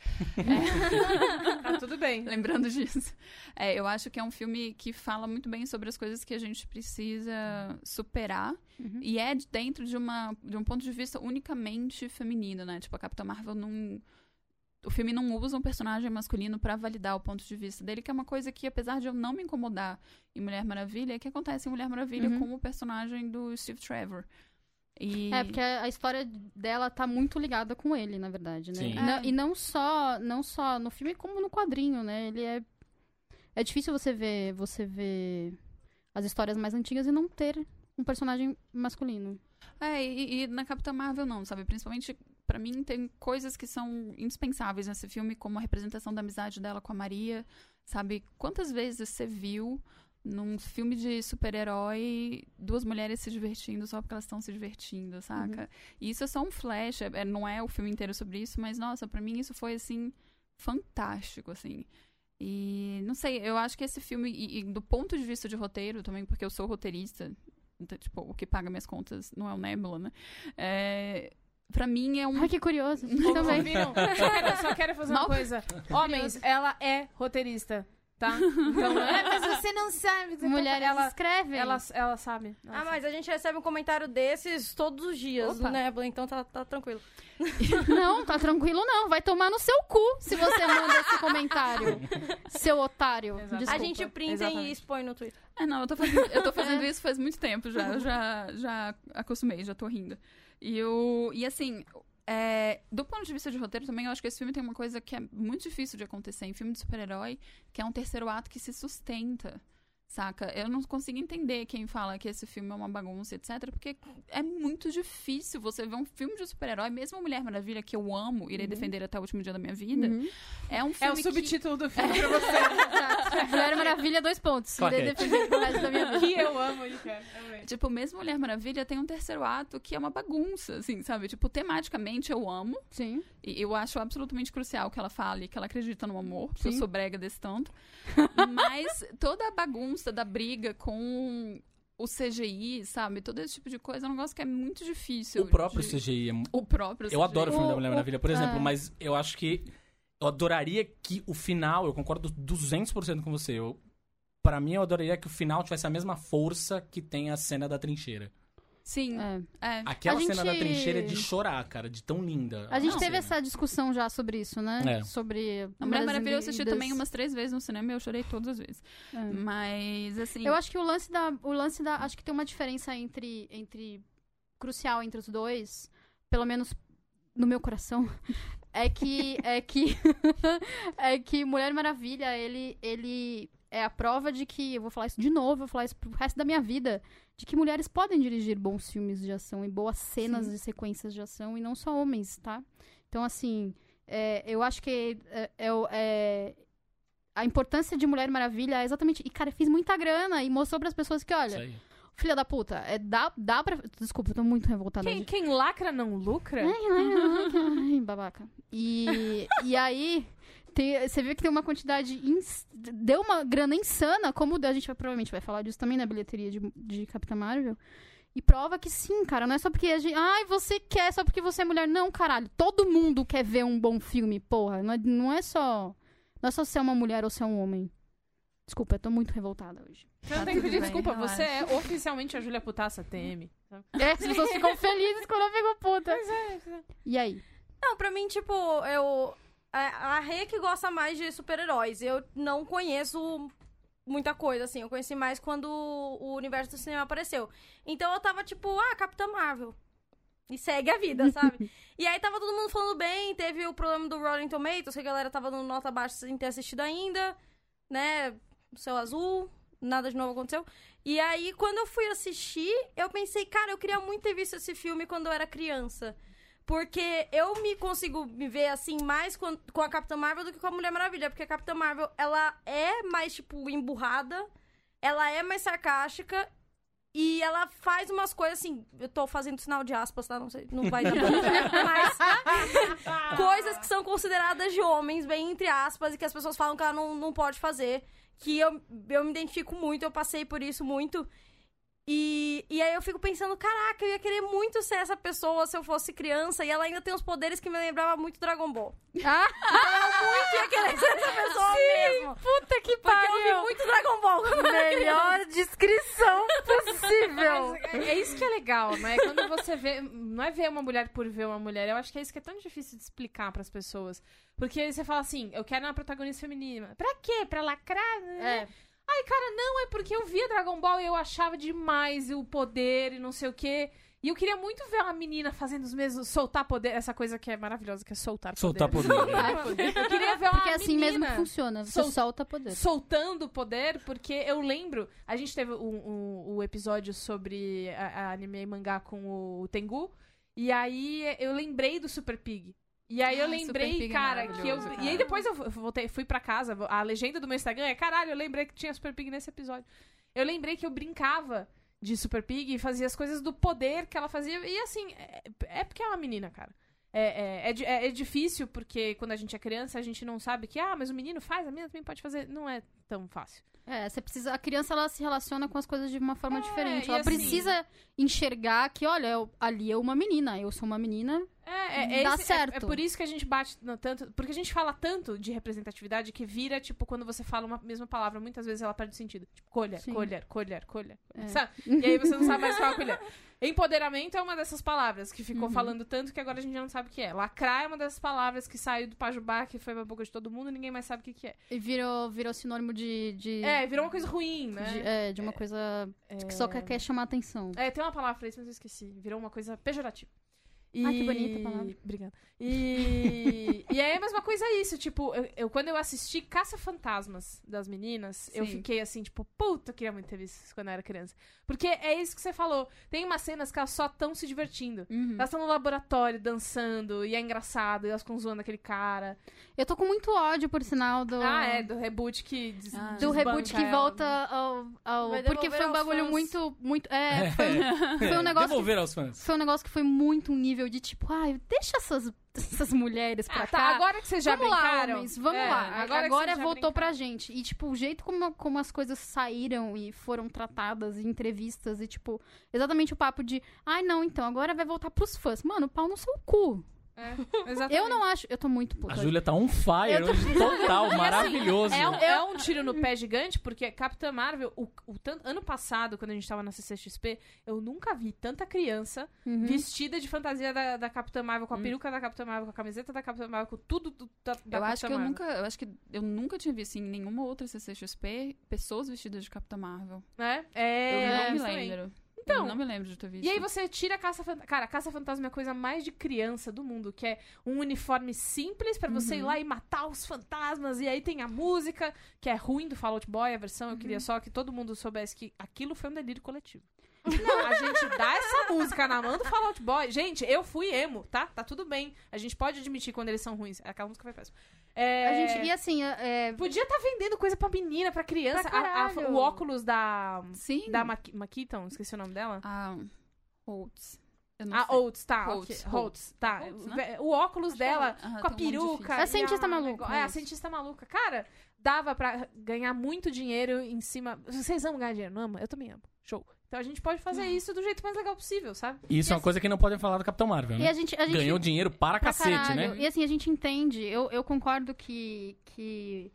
C: Tá tudo bem.
B: Uhum.
D: Lembrando disso. É, eu acho que é um filme que fala muito bem sobre as coisas que a gente precisa superar.
B: Uhum.
D: E é de- dentro de, uma, de um ponto de vista unicamente feminino, né? Tipo, a Capitã Marvel não. O filme não usa um personagem masculino pra validar o ponto de vista dele, que é uma coisa que, apesar de eu não me incomodar em Mulher Maravilha, é que acontece em Mulher Maravilha
B: Uhum.
D: com o personagem do Steve Trevor. E...
B: É, porque a a história dela tá muito ligada com ele, na verdade, né?
A: Sim.
B: E não-
D: É.
B: E não só, não só no filme, como no quadrinho, né? Ele é. É difícil você ver, você ver as histórias mais antigas e não ter um personagem masculino.
D: É, e, e na Capitã Marvel não, sabe? Principalmente, pra mim, tem coisas que são indispensáveis nesse filme, como a representação da amizade dela com a Maria, sabe? Quantas vezes você viu num filme de super-herói duas mulheres se divertindo só porque elas estão se divertindo, saca? E isso é só um flash, é- é- não é o filme inteiro sobre isso, mas nossa, pra mim isso foi assim fantástico, assim. E não sei, eu acho que esse filme, e, e do ponto de vista de roteiro também, porque eu sou roteirista, então, tipo, o que paga minhas contas não é o Nebula, né? É, pra mim é um.
B: Ai, que curioso.
C: Vocês
B: Também.
C: ouviram? Só quero- Só quero fazer uma
D: Mal-
C: coisa. Homens, ela é roteirista. tá? Então, é, mas você não sabe. você tá-
B: Mulheres
C: ela,
B: escrevem.
C: ela, ela sabe. Ela
E: Ah,
C: sabe.
E: mas a gente recebe um comentário desses todos os dias,
D: Opa.
E: né? Então tá, tá tranquilo.
B: Não, tá tranquilo não. Vai tomar no seu cu se você manda esse comentário. Seu otário.
C: Exato.
B: Desculpa.
E: a gente printa e
C: Exatamente.
E: expõe no Twitter.
D: É, não, eu tô fazendo, eu tô fazendo isso faz muito tempo já. eu Já, já acostumei, já tô rindo. E, eu, e assim, é, do ponto de vista de roteiro também, eu acho que esse filme tem uma coisa que é muito difícil de acontecer em filme de super-herói, que é um terceiro ato que se sustenta. Saca? Eu não consigo entender quem fala que esse filme é uma bagunça, etc. Porque é muito difícil você ver um filme de super-herói, mesmo Mulher Maravilha, que eu amo, irei defender até o último dia da minha vida.
B: Uhum.
D: É um
C: É
D: filme.
C: o
D: que-
C: subtítulo do filme pra você.
B: Mulher Maravilha, dois pontos.
A: Claro que é.
B: De- defender pro resto da minha vida.
C: que eu amo, e quero. amei.
D: Tipo, mesmo Mulher Maravilha tem um terceiro ato que é uma bagunça, assim, sabe? Tipo, tematicamente eu amo.
B: Sim.
D: E eu acho absolutamente crucial que ela fale que ela acredita no amor, porque eu
B: Sim.
D: sou brega desse tanto. Mas toda a bagunça da briga com o CGI, sabe? Todo esse tipo de coisa, é um negócio que é muito difícil.
A: O próprio
D: de-
A: CGI é
D: O próprio
A: Eu adoro o filme
B: O-
A: da Mulher
B: o-
A: Maravilha, por exemplo,
B: é.
A: mas eu acho que. Eu adoraria que o final. Eu concordo 200% com você. Eu, pra mim, eu adoraria que o final tivesse a mesma força que tem a cena da trincheira.
D: Sim,
B: É.
D: é.
A: Aquela
B: A
A: cena da
B: gente-
A: trincheira é de chorar, cara, de tão linda. Ah,
B: A gente
A: Não,
B: teve
A: cena.
B: essa discussão já sobre isso, né?
A: É.
B: Sobre.
D: A Mulher
B: das
D: Maravilha eu assisti
B: vidas.
D: também umas três vezes no cinema e eu chorei todas as vezes.
B: É.
D: Mas, assim...
B: Eu acho que o lance da. O lance da. Acho que tem uma diferença entre. entre crucial entre os dois. Pelo menos no meu coração. É que. É que. é que Mulher Maravilha, ele. ele é a prova de que. Eu vou falar isso de novo, eu vou falar isso pro resto da minha vida. De que mulheres podem dirigir bons filmes de ação e boas cenas de sequências de ação e não só homens, tá? Então, assim. é, eu acho que é, é o- é- a importância de Mulher Maravilha é exatamente. E, cara, fez muita grana e mostrou pras pessoas que,
A: Isso
B: olha,
A: aí.
B: filha da puta, é, dá, dá pra. Desculpa, eu tô muito revoltada.
C: Quem,
B: gente.
C: quem lacra não lucra?
B: Ai, babaca. E, e aí, tem- você vê que tem uma quantidade. ins- deu uma grana insana, como a gente vai- provavelmente vai falar disso também na bilheteria de, de Capitã Marvel. E prova que sim, cara. Não é só porque a gente. Ai, você quer, só porque você é mulher. Não, caralho. Todo mundo quer ver um bom filme, porra. Não é, não é só. Não é só ser uma mulher ou ser um homem. Desculpa, eu tô muito revoltada hoje.
C: Você não Então
D: Tá
C: tem que
D: tudo
C: pedir
D: bem,
C: desculpa.
D: relaxa.
C: Você é oficialmente a Júlia Putaça TM.
B: É, as pessoas ficam felizes quando eu fico puta. E aí?
E: Não, pra mim, tipo, eu. é, A a Rê que gosta mais de super-heróis. Eu não conheço muita coisa, assim. Eu conheci mais quando o universo do cinema apareceu. Então eu tava tipo, ah, Capitã Marvel. E segue a vida, sabe? e aí tava todo mundo falando bem, teve o problema do Rolling Tomatoes, que a galera tava dando nota baixa sem ter assistido ainda, né? Céu azul, nada de novo aconteceu. E aí, quando eu fui assistir, eu pensei, cara, eu queria muito ter visto esse filme quando eu era criança. Porque eu me consigo me ver assim mais com, com a Capitã Marvel do que com a Mulher Maravilha. Porque a Capitã Marvel, ela é mais, tipo, emburrada, ela é mais sarcástica e ela faz umas coisas assim. Eu tô fazendo sinal de aspas, tá? Não sei, não vai dar pra Mas coisas que são consideradas de homens, bem entre aspas, e que as pessoas falam que ela não, não pode fazer. Que eu, eu me identifico muito, eu passei por isso muito. E, e aí eu fico pensando, caraca, eu ia querer muito ser essa pessoa se eu fosse criança. E ela ainda tem uns poderes que me lembrava muito Dragon Ball. Então
B: Ah,
E: Eu ia querer ser essa pessoa mesmo.
B: puta que
E: Porque eu vi muito Dragon Ball quando eu era criança.
B: Melhor descrição possível.
C: É, é isso que é legal, né? Quando você vê. Não é ver uma mulher por ver uma mulher. Eu acho que é isso que é tão difícil de explicar pras pessoas. Porque você fala assim, eu quero uma protagonista feminina. Pra quê? Pra lacrar? né? Ai, cara, não, é porque eu via Dragon Ball e eu achava demais o poder e não sei o quê. E eu queria muito ver uma menina fazendo os mesmos. soltar poder. Essa coisa que é maravilhosa, que é soltar poder.
A: Soltar poder.
E: Tá
C: Eu queria ver uma
B: Porque é assim mesmo que
C: menina
B: funciona. Você
C: sol-
B: solta poder.
C: soltando o poder, porque eu lembro. A gente teve o um, um episódio sobre a, a anime e mangá com o Tengu. E aí eu lembrei do Super Pig. E aí eu
D: Ah, Super
C: lembrei,
D: Pig é
C: cara, que eu.
D: maravilhoso,
C: E aí
D: cara.
C: depois eu voltei, fui pra casa. A legenda do meu Instagram é: caralho, eu lembrei que tinha Super Pig nesse episódio. Eu lembrei que eu brincava de Super Pig e fazia as coisas do poder que ela fazia. E assim, é, é porque é uma menina, cara. É, é, é, di- é- é difícil porque quando a gente é criança a gente não sabe que, ah, mas o menino faz, a menina também pode fazer. Não é tão fácil.
B: É, você precisa. A criança ela se relaciona com as coisas de uma forma diferente.
C: É, e
B: Ela
C: assim-
B: precisa enxergar que, olha, eu- ali é uma menina. Eu sou uma menina.
C: É, é, é
B: Dá
C: esse- é-
B: certo.
C: É, por isso que a gente bate na- tanto. Porque a gente fala tanto de representatividade que vira, tipo, quando você fala uma mesma palavra, muitas vezes ela perde o sentido. Tipo, colher,
B: Sim.
C: colher, colher, colher.
B: É.
C: Sabe? E aí você não sabe mais qual é a colher. Empoderamento é uma dessas palavras que
B: Uhum.
C: ficou falando tanto que agora a gente já não sabe o que é. Lacrar é uma dessas palavras que saiu do Pajubá, que foi pra boca de todo mundo, ninguém mais sabe o que, que é.
B: E virou, virou sinônimo de. de
C: É, virou uma coisa ruim, né?
B: de, é, de uma coisa que só quer, quer chamar atenção.
C: É, tem uma palavra pra isso, mas eu esqueci. Virou uma coisa pejorativa. E...
B: Ah, que bonita a palavra.
C: Obrigada. E... e aí a mesma coisa é isso, tipo, eu, eu- quando eu assisti Caça Fantasmas das meninas, eu
D: Sim.
C: fiquei assim, tipo, puta, eu queria muito ter visto isso quando eu era criança. Porque é isso que você falou. Tem umas cenas que elas só estão se divertindo.
D: Uhum.
C: Elas estão no laboratório dançando, e é engraçado, e elas ficam zoando aquele cara.
B: Eu tô com muito ódio, por sinal, do.
C: Ah, é, do reboot que des-
D: Ah.
B: Do
C: desbanca
B: reboot que
C: ela.
B: volta ao. ao-
E: Vai
B: porque
E: devolver
B: foi um
E: aos
B: bagulho
E: fãs.
B: muito. muito é, foi, um- foi um negócio. que-
A: Devolver aos fãs.
B: foi um negócio que foi muito um nível de tipo, ai, deixa essas, essas mulheres pra
C: Ah,
B: cá.
C: tá, agora que vocês já
B: vamos
C: brincaram.
B: lá, homens, vamos
C: É,
B: lá. Agora,
C: que vocês já
B: voltou
C: brincaram.
B: pra gente. E, tipo, o jeito como, como as coisas saíram e foram tratadas em entrevistas e, tipo, exatamente o papo de, ai, não, então, agora vai voltar pros fãs. Mano, pau no seu cu.
C: É, exatamente.
B: Eu não acho... Eu tô muito puta.
A: A Júlia tá on fire, hoje, total, maravilhoso.
C: assim, É um, é um tiro no pé gigante, porque Capitã Marvel, o, o tan- ano passado, quando a gente tava na CCXP, eu nunca vi tanta criança
B: Uhum.
C: vestida de fantasia da, da Capitã Marvel, com a peruca da Capitã Marvel, com a camiseta da Capitã Marvel, com tudo do, da, da
D: Uhum. Eu
C: Capitã
D: acho que eu
C: Marvel.
D: nunca, eu acho que eu nunca tinha visto em nenhuma outra CCXP pessoas vestidas de Capitã Marvel.
C: Né? É,
D: eu não
C: isso
D: me
C: também.
D: lembro.
C: Então,
D: eu não me lembro de ter visto.
C: E aí você tira a caça fantasma. Cara, a caça fantasma é a coisa mais de criança do mundo, que é um uniforme simples pra você ir lá e matar os fantasmas. E aí tem a música, que é ruim do Fall Out Boy, a versão. Eu queria só que todo mundo soubesse que aquilo foi um delírio coletivo. a gente dá essa música na mão do Fall Out Boy. Gente, eu fui emo, tá? Tá tudo bem. A gente pode admitir quando eles são ruins. Aquela música foi péssima. É...
B: A gente... E, assim, é...
C: Podia estar vendendo coisa pra menina, pra criança.
B: Pra
C: A- a-
B: caralho.
C: o óculos da.
D: Sim.
C: Da Maqui- Maquiton, esqueci o nome dela.
D: A Holtz. Eu não
C: Ah,
D: sei.
C: Oates, tá.
D: Holtz,
C: ok.
D: Holtz.
C: Holtz, tá.
D: Holtz,
C: O- O óculos
D: Acho que é
C: dela,
D: Holtz. Ah,
C: com a
D: tem um nome
C: peruca.
D: difícil.
B: É cientista
C: e
B: maluca,
C: negócio- É, a
B: isso.
C: cientista maluca. Cara, dava pra ganhar muito dinheiro em cima. Vocês amam ganhar dinheiro, não amam? Eu também amo. Show. Então a gente pode fazer isso do jeito mais legal possível, sabe?
A: Isso é uma coisa que não podem falar do Capitão Marvel,
B: E
A: né?
B: a gente... A gente...
A: Ganhou dinheiro para
B: pra
A: cacete,
B: caralho.
A: né?
B: E assim, a gente entende. Eu, eu concordo que, que.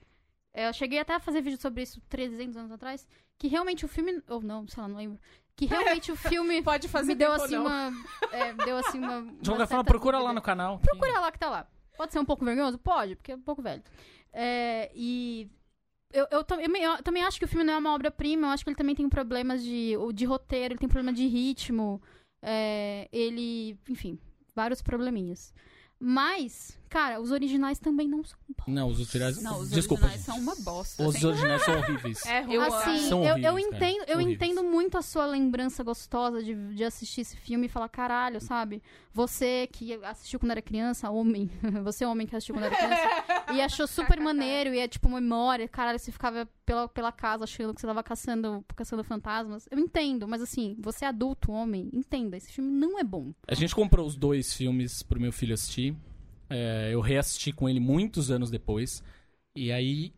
B: é, Eu cheguei até a fazer vídeo sobre isso 300 anos atrás. Que realmente o filme. Ou não, sei lá, não lembro. Que realmente o filme.
C: Pode fazer
B: me deu
C: tempo ou
B: assim
C: não.
B: uma. é, deu assim uma.
A: De
B: uma
A: qualquer forma,
B: certa
A: procura lá
B: dúvida.
A: no canal.
B: Procura lá que tá lá. Pode ser um pouco vergonhoso? Pode, porque é um pouco velho. É, e. Eu, eu, tam- eu me- eu também acho que o filme não é uma obra-prima, eu acho que ele também tem problemas de, ou de roteiro, ele tem problema de ritmo, é, ele. Enfim, vários probleminhas. Mas, cara, os originais também não são bons.
A: Não, os originais.
D: Não, os
A: Desculpa,
D: originais
A: gente.
D: são assim. uma bosta.
A: Os
D: Tem-
A: originais são horríveis.
C: É ruim.
B: assim,
A: São
B: eu,
A: horríveis,
B: eu
A: cara.
B: entendo, eu
A: São horríveis.
B: entendo muito a sua lembrança gostosa de, de assistir esse filme e falar, caralho, sabe? Você que assistiu quando era criança, homem, você é homem que assistiu quando era criança, e achou super maneiro, e é tipo uma memória, caralho, você ficava pela, pela casa achando que você tava caçando, caçando fantasmas. Eu entendo, mas assim, você é adulto, homem, entenda, esse filme não é bom.
A: A gente comprou os dois filmes pro meu filho assistir. É, eu reassisti com ele muitos anos depois. E aí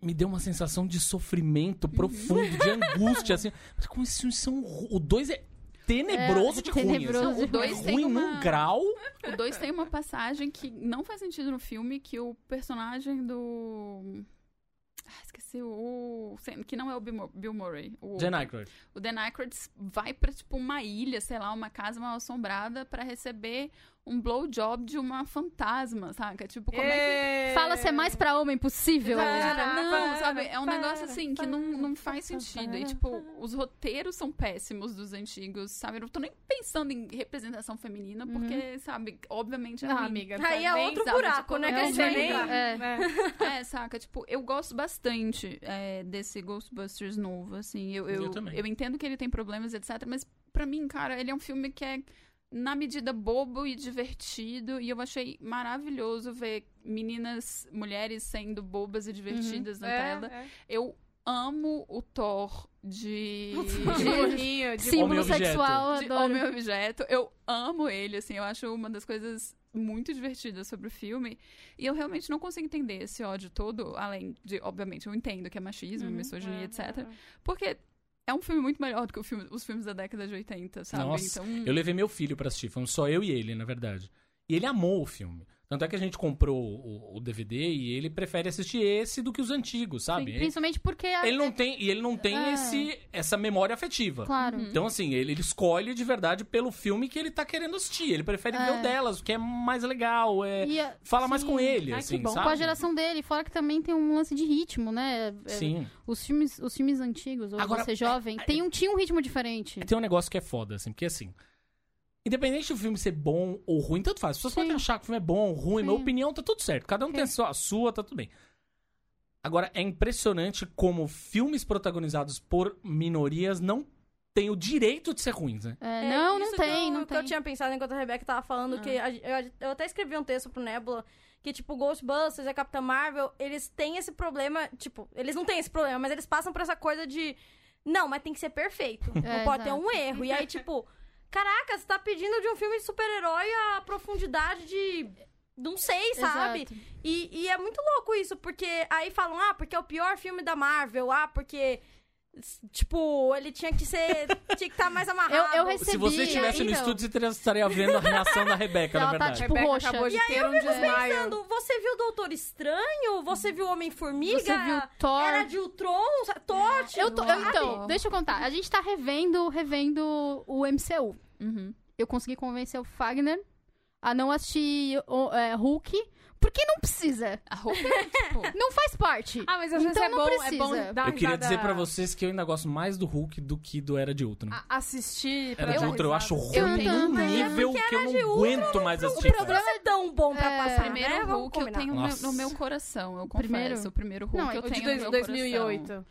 A: me deu uma sensação de sofrimento profundo, de angústia, assim. Mas como esses filmes são. ru- O dois é tenebroso
B: É,
A: de
B: tenebroso
A: ruim. assim.
B: de
D: O dois
A: É
D: tem
A: ruim
D: uma...
A: num grau.
D: O 2 tem uma passagem que não faz sentido no filme, que o personagem do... Ah, esqueci o... Que não é o Bill Mur- Bill Murray. O...
A: Jen Aykroyd.
D: O Dan Aykroyd vai pra, tipo, uma ilha, sei lá, uma casa mal assombrada pra receber um blowjob de uma fantasma, saca? Tipo, como é que...
B: Fala se é mais pra homem possível.
C: Para,
D: Não,
C: para,
D: sabe? É um
C: para,
D: negócio assim que não, não faz
C: para,
D: sentido.
C: para,
D: E, tipo, os roteiros são péssimos dos antigos, sabe? Eu não tô nem pensando em representação feminina, porque,
C: Uhum.
D: sabe, obviamente é
C: Ah,
D: ruim.
C: amiga.
E: Aí é
C: também,
E: outro
D: sabe,
E: buraco,
D: tipo,
E: né? Que
D: não
E: a gente vai
D: lembra.
E: entrar.
B: É.
C: né?
D: É, saca? Tipo, eu gosto bastante é, desse Ghostbusters novo, assim. Eu, eu,
A: Eu também.
D: entendo que ele tem problemas, etc. Mas pra mim, cara, ele é um filme que é na medida bobo e divertido. E eu achei maravilhoso ver meninas, mulheres sendo bobas e divertidas na
C: É,
D: tela.
C: é.
D: Eu amo o Thor de...
C: De
D: de-
C: bolinho, de
B: Símbolo
A: Homem-objeto.
B: sexual,
D: de
B: adoro.
D: Homem Objeto. Eu amo ele, assim, eu acho uma das coisas muito divertidas sobre o filme. E eu realmente não consigo entender esse ódio todo, além de, obviamente, eu entendo que é machismo,
B: Uhum.
D: misoginia, etc.
B: é.
D: Porque é um filme muito melhor do que o filme- os filmes da década de 80, sabe?
A: Nossa,
D: então,
A: um Eu levei meu filho pra assistir. Fomos só eu e ele, na verdade. E ele amou o filme. Tanto é que a gente comprou o, o DVD e ele prefere assistir esse do que os antigos, sabe? Ele-
B: Principalmente porque. a-
A: Ele não tem, e ele não tem
B: É.
A: esse, essa memória afetiva.
B: Claro.
A: Então, assim, ele, ele escolhe de verdade pelo filme que ele tá querendo assistir. Ele prefere ver o delas, o que é mais legal. É...
B: E a-
A: Fala mais
B: sim.
A: com ele,
C: Ai, que
A: assim,
C: bom.
A: sabe?
B: Com a geração dele, fora que também tem um lance de ritmo, né? É,
A: Sim.
B: Os filmes, os filmes antigos, ou
A: Agora, é,
B: você jovem, tem um, tinha um ritmo diferente.
A: Tem um negócio que é foda, assim, porque assim. Independente do filme ser bom ou ruim, tanto faz. As pessoas
B: Sim.
A: podem achar que o filme é bom ou ruim,
B: Sim.
A: minha opinião tá tudo certo. Cada um tem a sua, a sua, tá tudo bem. Agora, é impressionante como filmes protagonizados por minorias não têm o direito de ser ruins, né?
B: É,
E: É,
B: não, não
E: isso que
B: tem,
E: eu,
B: não
E: que
B: tem. Ah.
E: eu tinha pensado enquanto a Rebeca tava falando, que a- eu, eu até escrevi um texto pro Nebula, que, tipo, Ghostbusters e a Capitã Marvel, eles têm esse problema, tipo, eles não têm esse problema, mas eles passam por essa coisa de, não, mas tem que ser perfeito,
B: É,
E: não pode ter
B: exato.
E: um erro. E aí, tipo, caraca, você tá pedindo de um filme de super-herói a profundidade de... Não sei, sabe?
B: Exato.
E: E, e é muito louco isso, porque aí falam, ah, porque é o pior filme da Marvel, ah, porque. s- Tipo, ele tinha que ser. tinha que estar mais amarrado.
B: Eu- eu recebi-
A: Se você estivesse no
B: então.
A: estúdio, você teria- estaria vendo a reação da Rebeca, na
B: Ela tá,
A: verdade.
B: tipo,
C: Rebeca
B: roxa.
C: acabou de ter um desmaio.
E: Pensando, você viu o Doutor Estranho? Você viu o Homem-Formiga?
B: Você viu Thor?
E: Era de Ultron? sa- Thor?
B: Eu tô, eu, então,
D: Sabe?
B: deixa eu contar. A gente tá revendo, revendo o MCU.
D: Uhum.
B: Eu consegui convencer o Fagner a não assistir o, é, Hulk, porque não precisa.
D: A roupa é, tipo...
B: Não faz parte.
C: Ah, mas às
B: então
C: vezes é
B: não
C: bom, é
B: precisa.
C: bom dar uma
A: Eu queria
C: risada-
A: dizer pra vocês que eu ainda gosto mais do Hulk do que do Era de Ultron.
C: a-
A: Era
C: Assistir. pra
A: de
C: dar
A: Ultron, eu
C: risada.
A: acho ruim
D: Eu
A: num
D: também, é
A: nível que eu
E: de
A: não
E: Ultron,
A: aguento mais
E: O
A: assistir.
E: problema é tão bom pra
B: É,
E: passar.
D: Primeiro
E: né? Vamos
D: Hulk eu
E: combinar.
D: tenho no meu,
A: Nossa.
D: no meu coração, eu confesso.
B: Primeiro?
D: O primeiro Hulk
B: Não, é
D: eu
B: o
C: O de
D: tenho
C: dois-
D: no meu
C: 2008.
D: coração.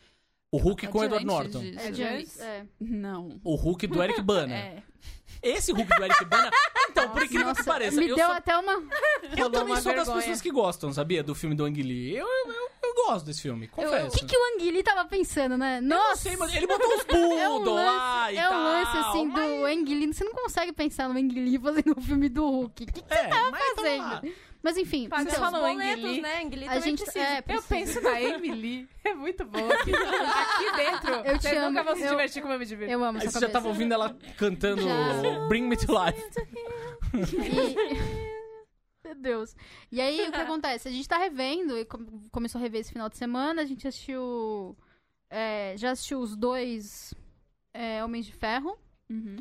A: O Hulk com o Edward
D: Adiante
A: Norton.
D: disso.
B: É,
C: Giants?
B: Giants, é.
D: Não.
A: O Hulk do Eric Bana.
D: É.
A: Esse Hulk do Eric Bana. Então, por incrível que pareça,
B: Me
A: eu,
B: deu
A: sou-
B: até uma.
A: eu também
C: uma
A: sou das
C: vergonha.
A: pessoas que gostam, sabia? Do filme do Ang Lee. Eu, eu, eu- eu gosto desse filme, confesso. né?
B: O que, que o Anguili tava pensando, né?
A: Eu não
B: Nossa!
A: sei, mas ele botou uns poodle
B: É um
A: lá
B: lance,
A: e
B: é
A: tal.
B: um lance assim
A: mas...
B: do Anguili. Você não consegue pensar no Anguili fazendo um filme do Hulk. Que- tá
A: É, mas então lá.
B: fazendo. Mas enfim,
C: Paga
B: então,
C: só
E: Os
C: falam
E: boletos,
C: Ang Lee.
E: né? Ang Lee
B: a
E: também
B: gente
E: precisa.
B: é,
C: Eu
B: precisa.
C: penso na Emily. É muito boa. Aqui, aqui dentro.
B: Eu te
C: vocês
B: amo,
C: nunca vão se
B: eu-
C: divertir como eu me diverti.
B: Eu amo
A: Aí você
B: essa cabeça.
A: já tava ouvindo ela cantando
B: Já.
A: Bring Me to Life.
B: Meu Deus. E aí, o que acontece? A gente tá revendo, e com- começou a rever esse final de semana, a gente assistiu. é, já assistiu os dois é, Homens de Ferro.
D: Uhum.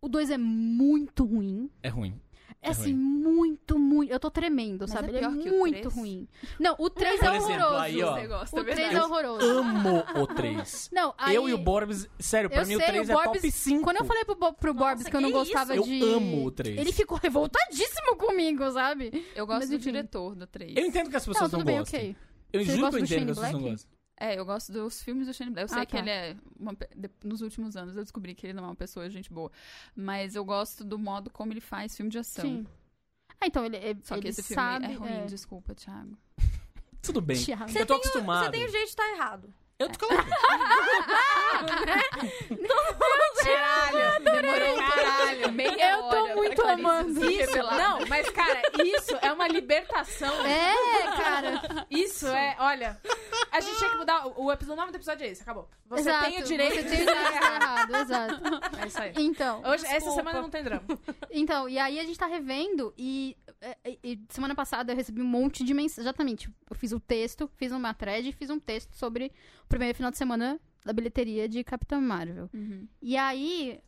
B: O dois é muito ruim.
A: É ruim.
B: É,
A: É
B: assim, muito, muito. Eu tô tremendo,
D: Mas
B: sabe?
D: é
B: Ele é
D: pior que o
B: muito
D: três?
B: ruim. Não, o 3 é
A: Por exemplo,
B: horroroso.
A: aí, ó.
D: Você gosta,
B: O 3 é
D: verdade.
B: horroroso.
A: Amo o 3.
B: Não, aí,
A: Eu e o Borbs, sério, pra
B: eu
A: mim o
B: sei,
A: 3 é
B: o
A: top
B: Borbs-
A: 5.
B: Quando eu falei pro, Bo- pro Borbs que eu não
E: que
B: gostava
A: isso?
B: de.
A: Eu amo o três.
B: Ele ficou revoltadíssimo comigo, sabe?
D: Eu gosto
B: Mas
D: do
B: enfim.
D: diretor do 3.
A: Eu entendo que as
B: Não,
A: pessoas não,
B: tudo bem,
A: gostem.
B: ok.
A: Eu
B: Você
A: juro que
B: gosta
A: eu
B: do
A: entendo que
B: Shane
A: as pessoas não
B: Black?
A: gostam.
D: É, eu gosto dos filmes do Shane Black. Eu
B: Ah,
D: sei que
B: tá.
D: ele é. uma pe- de- nos últimos anos eu descobri que ele não é uma pessoa gente boa. Mas eu gosto do modo como ele faz filme de ação.
B: Sim. Ah, então ele, é-
D: Então. Só que
B: ele
D: esse filme
B: sabe,
D: é ruim,
B: é.
D: desculpa, Thiago.
A: Tudo bem.
B: Thiago.
A: Eu tô acostumado.
E: Você tem jeito de estar errado.
A: Eu tô claro.
C: Caralho,
D: um
C: demorou caralho. Meia
B: Eu tô
C: hora pra
B: muito
C: Clarice
B: amando
C: se
B: isso.
C: revelar. Não, mas cara, isso é uma libertação.
B: É, cara.
C: Isso é, olha. A gente tinha que mudar. O, o episódio, o nome do episódio é esse, acabou. Você
B: exato.
C: tem o direito
B: Você
C: de
B: tem o direito de estar errado, exato.
C: É isso aí.
B: Então,
C: Hoje, essa
E: Desculpa.
C: semana não tem drama.
B: então, e aí a gente tá revendo e, e- e semana passada eu recebi um monte de mensagem. Exatamente. Eu fiz um texto, fiz uma thread e fiz um texto sobre o primeiro final de semana da bilheteria de Capitã Marvel.
D: Uhum.
B: E aí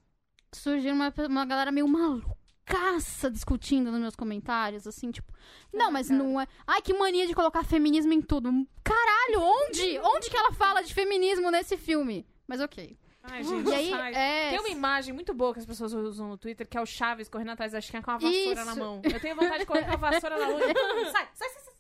B: surgiu uma, uma galera meio malucaça discutindo nos meus comentários, assim, tipo, não, mas não é. Ai, que mania de colocar feminismo em tudo. Caralho, onde? Onde que ela fala de feminismo nesse filme? Mas ok.
C: Ai, gente,
B: E aí,
C: sai.
B: é.
C: Tem um uma imagem muito boa que as pessoas usam no Twitter, que é o Chaves correndo atrás da Chiquinha com a vassoura
B: Isso.
C: na mão. Eu tenho vontade de colocar a vassoura na longe. Sai, sai, sai.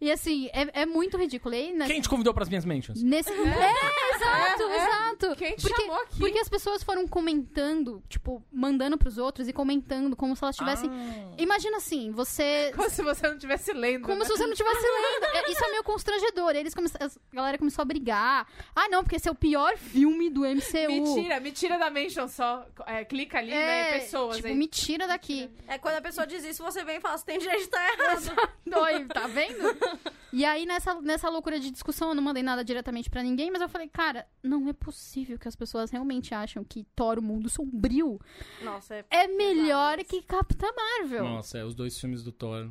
B: E assim, é, é muito ridículo. E aí, né,
A: Quem te convidou pras minhas mentions?
B: Nesse. É, exato, exato.
C: É, Quem te
B: Porque-
C: chamou aqui?
B: Porque as pessoas foram comentando, tipo, mandando pros outros e comentando como se elas tivessem.
C: Ah.
B: Imagina assim, você.
C: Como se você não estivesse lendo.
B: Como
C: né?
B: se você não estivesse lendo. É, Isso é meio constrangedor. Eles come... A galera começou a brigar. Ah, não, porque esse é o pior filme do MCU.
C: Me tira, me tira da mention só. É, clica ali, né?
B: É,
C: Pessoas
B: tipo,
C: aí.
B: me tira daqui.
E: tá É quando a pessoa diz isso, você vem e fala, você tem direito de estar errado.
B: Dói, tá vendo? E aí, nessa, nessa loucura de discussão, eu não mandei nada diretamente pra ninguém, mas eu falei, cara, não é possível que as pessoas realmente acham que Thor, o mundo sombrio,
E: Nossa, é...
B: é melhor que Capitã Marvel.
A: Nossa, é, os dois filmes do Thor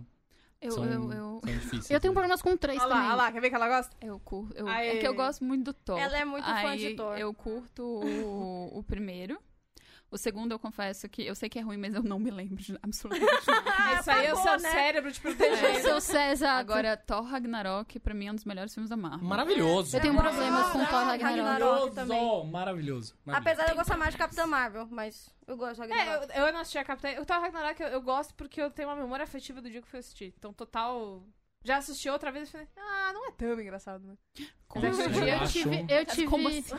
D: Eu,
A: são,
D: eu,
A: são
D: eu,
A: difíceis.
B: Eu tenho um
A: né?
B: problemas com três
C: Olha lá,
B: É também.
C: olha lá, quer ver que ela gosta?
D: eu curto. eu-
C: Aê.
D: é que eu gosto muito do Thor.
E: Ela é muito fã de
D: Aí,
E: Thor.
D: Eu curto o, o primeiro. O segundo, eu confesso que eu sei que é ruim, mas eu não me lembro de absolutamente nada.
C: Isso aí é o
E: apagou,
C: seu
E: né?
C: cérebro te protegendo.
B: Seu César.
D: Agora, Thor Ragnarok, pra mim, é um dos melhores filmes da Marvel.
A: Maravilhoso.
B: Eu tenho
E: Nossa,
B: problemas com Thor
E: É, Ragnarok
B: Ragnarok.
E: Ragnarok também.
A: Maravilhoso. Maravilhoso.
E: Apesar de eu gostar mais de Capitã Marvel, mas eu gosto de
C: É,
E: Ragnarok.
C: eu, eu não assisti a Capitã. Eu tava Ragnarok, eu, eu gosto porque eu tenho uma memória afetiva do dia que eu fui assistir. Então, total. Já assisti outra vez e falei, ah, não é tão engraçado, né?
D: Com
A: Mas
D: certeza.
A: eu
B: Eu
A: acho-
B: tive, eu tive,
D: Como assim?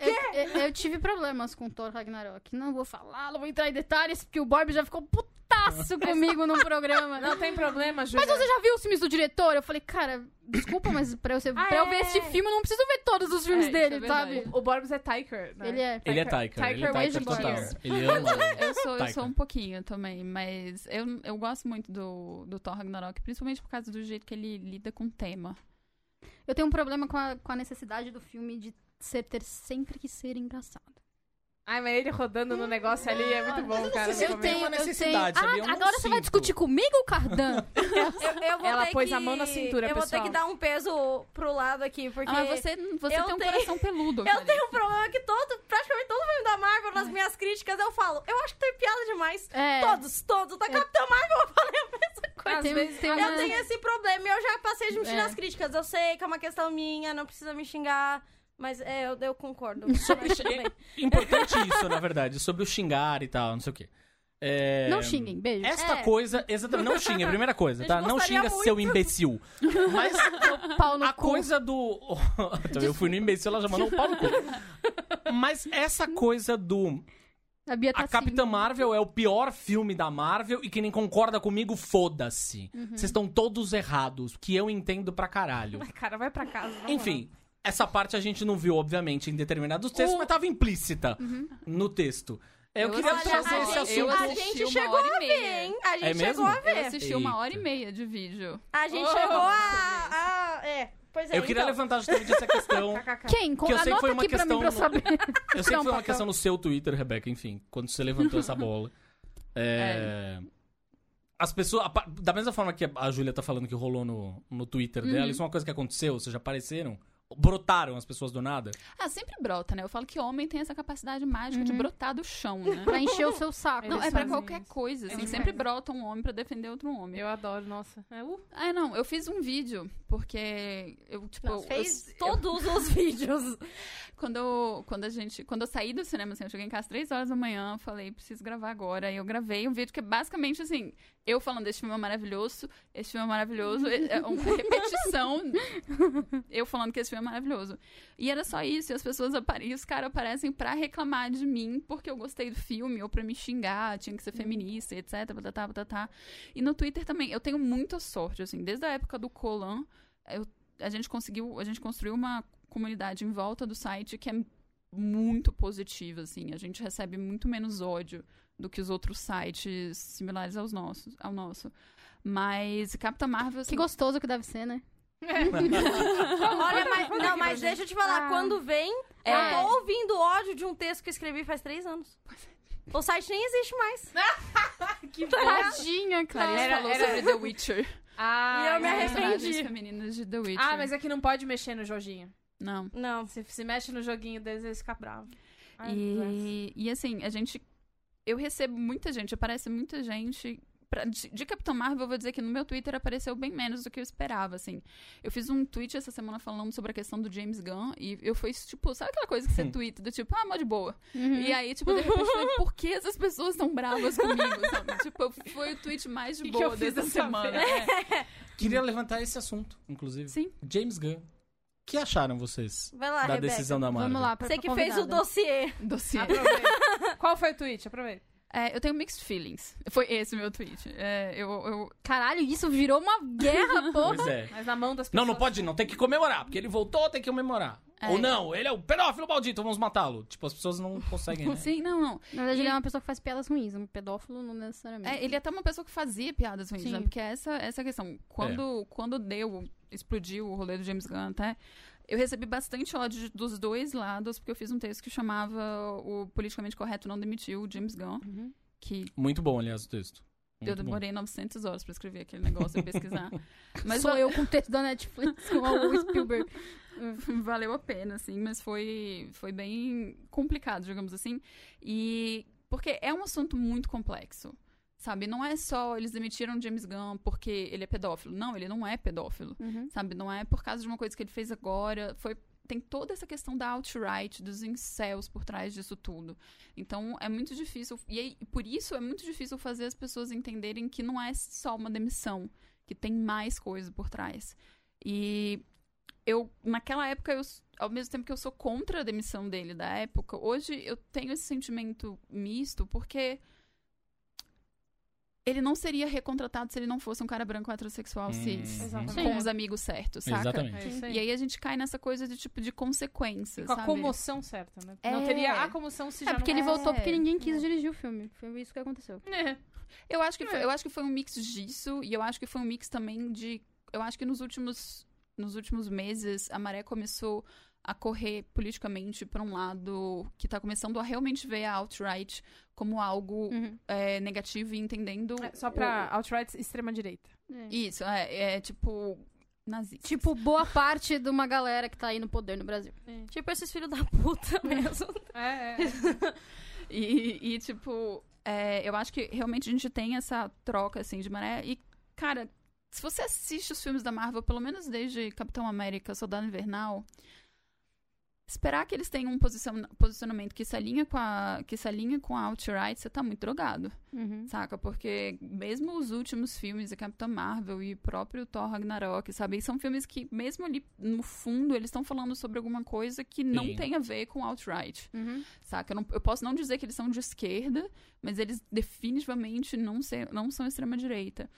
B: eu, eu- eu tive problemas com Thor Ragnarok. Não vou falar, não vou entrar em detalhes, porque o Bob já ficou putaço comigo no programa.
C: Não tem problema, Júlia.
B: Ah, Você já viu os filmes do diretor? Eu falei, cara, desculpa, mas pra eu, ser,
C: Ah,
B: pra eu ver
C: é.
B: este filme, eu não preciso ver todos os filmes
D: É, isso é
B: dele,
D: verdade.
B: sabe?
C: O Borbs é Tiker, né?
B: Ele é.
A: Ele é Taika. Ele é
C: Taika
A: Taika
B: Waititi.
A: total. Ele ama.
D: Eu sou, eu
A: Taika.
D: sou um pouquinho também, mas eu, eu gosto muito do, do Thor Ragnarok, principalmente por causa do jeito que ele lida com o tema.
B: Eu tenho um problema com a, com a necessidade do filme de ser, ter sempre que ser engraçado.
C: Ai, mas ele rodando no negócio ali é muito bom, cara.
A: sei se
C: no
A: eu tenho
C: começo.
A: uma necessidade,
B: Ah,
A: sabia? Eu não
B: agora você vai
A: sinto.
B: discutir comigo,
D: Ah,
B: Cardan?
E: Eu, eu vou
C: Ela
E: ter
C: pôs
E: que...
C: a mão na cintura,
E: Eu vou ter
C: pessoal.
E: que dar um peso pro lado aqui, porque...
D: Ah, mas você, você
E: eu
D: tem um
E: tenho-
D: coração peludo.
E: Eu
D: Karine.
E: tenho um problema que todo, praticamente todo filme da Marvel, nas minhas críticas, eu falo, eu acho que tem piada demais.
B: É. um,
E: Todos, todos. Da Capitã Marvel eu falei a mesma coisa.
D: Às vezes tem uma-
E: Eu tenho esse problema e eu já passei de me
D: É.
E: tirar as críticas. Eu sei que é uma questão minha, não precisa me xingar. Mas é, eu, eu concordo. Mas tudo bem.
A: Importante isso, na verdade, sobre o xingar e tal, não sei o quê. É,
B: Não xinguem, beijo.
A: Esta
E: É.
A: coisa, exatamente, não xinga, é a primeira coisa,
E: Eu
A: tá? Não
E: gostaria
A: xinga, seu
E: muito.
A: imbecil. Mas
B: Pau no
A: a
B: cu.
A: coisa do. Então, eu fui no imbecil, ela já mandou o pau no cu. Mas essa coisa do.
B: A Bia tá
A: A Capitã
E: assim.
A: Marvel é o pior filme da Marvel e quem nem concorda comigo, foda-se.
E: Uhum.
A: Vocês estão todos errados, que eu entendo pra caralho.
C: Ai, Cara, vai pra casa. na
A: Enfim, essa parte a gente não viu, obviamente, em determinados textos, mas tava implícita
E: Uhum.
A: no texto. Eu,
D: Eu
A: queria
D: assisti-
A: trazer
E: Olha,
A: esse
E: a
A: assunto.
E: gente-
D: assunto-
E: A gente
D: Eu assisti uma
E: chegou
D: hora e
E: a ver,
D: meia.
E: hein? A gente
A: É mesmo?
E: chegou a
D: Eu
E: ver.
D: assisti uma hora e
A: Eita.
D: meia de vídeo.
E: A gente
C: Oh!
E: chegou a, a- É, pois é.
A: Eu queria um
E: então.
A: levantar justamente essa questão.
C: KKK.
B: Quem?
A: Que eu sei que
B: Anota
A: foi uma
B: aqui pra mim pra eu
A: questão-
B: saber.
A: Eu sei que
B: Não,
A: foi uma
B: papel.
A: questão no seu Twitter, Rebeca, enfim, quando você levantou essa bola. É, As pessoas. a pa- Da mesma forma que a Júlia tá falando que rolou no, no Twitter
B: Uhum.
A: dela, isso é uma coisa que aconteceu, vocês já apareceram, brotaram as pessoas do nada.
D: Ah, sempre brota, né? Eu falo que homem tem essa capacidade mágica
E: Uhum.
D: de brotar do chão, né?
B: pra encher o seu saco.
D: Não,
C: Eles
D: é pra
C: fazem
D: qualquer
C: isso.
D: coisa, assim.
C: Eles
D: sempre
E: né?
C: fazem.
D: brota um homem pra defender outro homem.
C: Eu adoro, nossa. É, uh.
D: Ah, não, eu fiz um vídeo, porque eu, tipo...
E: Não,
D: eu-
E: fez
D: eu-
E: todos os vídeos.
D: Quando, eu- quando a gente. Quando eu saí do cinema, assim, eu cheguei em casa três horas da manhã, falei, preciso gravar agora. E eu gravei um vídeo que é basicamente assim, eu falando, este filme é maravilhoso, este filme é maravilhoso, é é uma repetição. eu falando que esse filme é maravilhoso. E era só isso, e as pessoas aparecem, e os caras aparecem pra reclamar de mim porque eu gostei do filme, ou pra me xingar, tinha
E: Uhum.
D: que ser feminista, tá, etc. Batatá, batatá. E no Twitter também, eu tenho muita sorte, assim, desde a época do Colan, eu- a gente conseguiu, a gente construiu uma comunidade em volta do site que é muito positiva, assim. A gente recebe muito menos ódio do que os outros sites similares aos nossos, ao nosso. Mas Capitã Marvel... assim,
B: Que gostoso que deve ser, né?
E: Olha, mas, não, mas
C: gente.
E: deixa eu te falar,
B: Ah.
E: quando vem,
D: é,
E: eu tô ouvindo ódio de um texto que eu escrevi faz três anos. O site nem existe mais.
B: Tadinha, cara.
D: Clarice
C: Era-
D: falou
C: era-
D: sobre The Witcher.
C: Ah,
E: E eu me
C: é.
E: arrependi.
D: Personagens femininas de The Witcher.
C: Ah, mas é que não pode mexer no joguinho.
D: Não.
E: Não.
C: Se, se mexe no joguinho deles, eles ficam bravos. Ai, bless.
D: E, e assim, a gente. Eu recebo muita gente, aparece muita gente. Pra, de, de Capitão Marvel, eu vou dizer que no meu Twitter apareceu bem menos do que eu esperava, assim. Eu fiz um tweet essa semana falando sobre a questão do James Gunn e eu fui, tipo, sabe aquela coisa que você twitta do tipo, ah, mó de boa.
C: Hum.
B: Uhum.
D: E aí, tipo, de repente, eu falei, por que essas pessoas tão bravas comigo, sabe? Tipo, eu- foi o tweet mais de
C: Que que
D: boa
C: eu fiz
D: dessa
C: dessa
D: semana. É.
A: Queria levantar esse assunto, inclusive.
D: Sim.
A: James Gunn. O que acharam vocês
E: Vai lá,
A: da
E: Rebeca.
A: decisão da Marvel?
B: Ah, Vamos lá, pra
E: Você que fez o
B: doce.
E: dossiê.
D: Dossiê.
C: Aproveita. Qual foi o tweet? Aproveita.
D: É, eu tenho mixed feelings. Foi esse o meu tweet. É, eu, eu,
B: Caralho, isso virou uma guerra, porra.
A: Pois é.
C: Mas na mão das pessoas.
A: Não, não pode, não. Tem que comemorar, porque ele voltou, tem que comemorar.
D: É.
A: Ou não, ele é o pedófilo maldito, vamos matá-lo. Tipo, as pessoas não conseguem, né?
D: Sim, não, não.
B: Na verdade,
D: E-
B: ele é uma pessoa que faz piadas ruins, um pedófilo não necessariamente.
D: É, ele é até uma pessoa que fazia piadas ruins,
B: Sim.
D: né? Porque essa, essa é a questão. Quando, quando deu, explodiu o rolê do James Gunn até, eu recebi bastante ódio de- dos dois lados, porque eu fiz um texto que chamava O Politicamente Correto Não Demitiu o James Gunn,
B: Uhum.
D: que
A: Muito bom, aliás, o texto.
D: eu
A: Muito bom.
D: demorei 900 horas pra escrever aquele negócio e pesquisar. Mas
B: Sou
D: va-
B: eu com o texto da Netflix, com o Spielberg.
D: Hum, valeu a pena, assim, mas foi, foi bem complicado, digamos assim. E porque é um assunto muito complexo. Sabe, não é só eles demitiram o James Gunn porque ele é pedófilo. Não, ele não é pedófilo.
B: Uhum.
D: Sabe, não é por causa de uma coisa que ele fez agora. Foi tem toda essa questão da alt-right, dos incels por trás disso tudo. Então é muito difícil. E aí, por isso é muito difícil fazer as pessoas entenderem que não é só uma demissão, que tem mais coisa por trás. E eu, naquela época, eu, s- ao mesmo tempo que eu sou contra a demissão dele da época, hoje eu tenho esse sentimento misto porque. Ele não seria recontratado se ele não fosse um cara branco heterossexual
A: Hum,
D: cis
C: Exatamente.
D: com
B: Sim.
D: os amigos certos, saca?
A: Exatamente.
C: isso aí.
D: E aí a gente cai nessa coisa de tipo de consequências,
C: com a
D: sabe?
C: comoção certa, né? Não
D: É.
C: teria a comoção se já
B: É Uhum. porque
C: não
B: ele voltou
D: É.
B: porque ninguém quis dirigir o filme. Foi isso que aconteceu.
C: É.
D: Eu acho que foi, eu acho que foi um mix disso e eu acho que foi um mix também de eu acho que nos últimos nos últimos meses a maré começou a correr politicamente pra um lado que tá começando a realmente ver a alt-right como algo
B: Uhum.
D: é, negativo e entendendo
C: Hum. É, Só pra alt-right extrema-direita.
B: É.
D: isso, é, é tipo nazista.
B: Tipo, boa parte de uma galera que tá aí no poder no Brasil.
E: Tipo esses filhos da puta mesmo.
C: É, é.
D: E, e, tipo, é, eu acho que realmente a gente tem essa troca, assim, de maré. E, cara, se você assiste os filmes da Marvel, pelo menos desde Capitão América, Soldado Invernal, esperar que eles tenham um posicion- posicionamento que se alinha com a, que se alinha com a alt-right, você tá muito drogado.
B: Uhum.
D: Saca? Porque mesmo os últimos filmes da Capitã Marvel e o próprio Thor Ragnarok, sabe? E são filmes que, mesmo ali no fundo, eles estão falando sobre alguma coisa que
A: Sim.
D: não tem a ver com alt-right.
B: Uhum.
D: Saca? Eu, não- eu posso não dizer que eles são de esquerda, mas eles definitivamente não, ser- não são extrema-direita.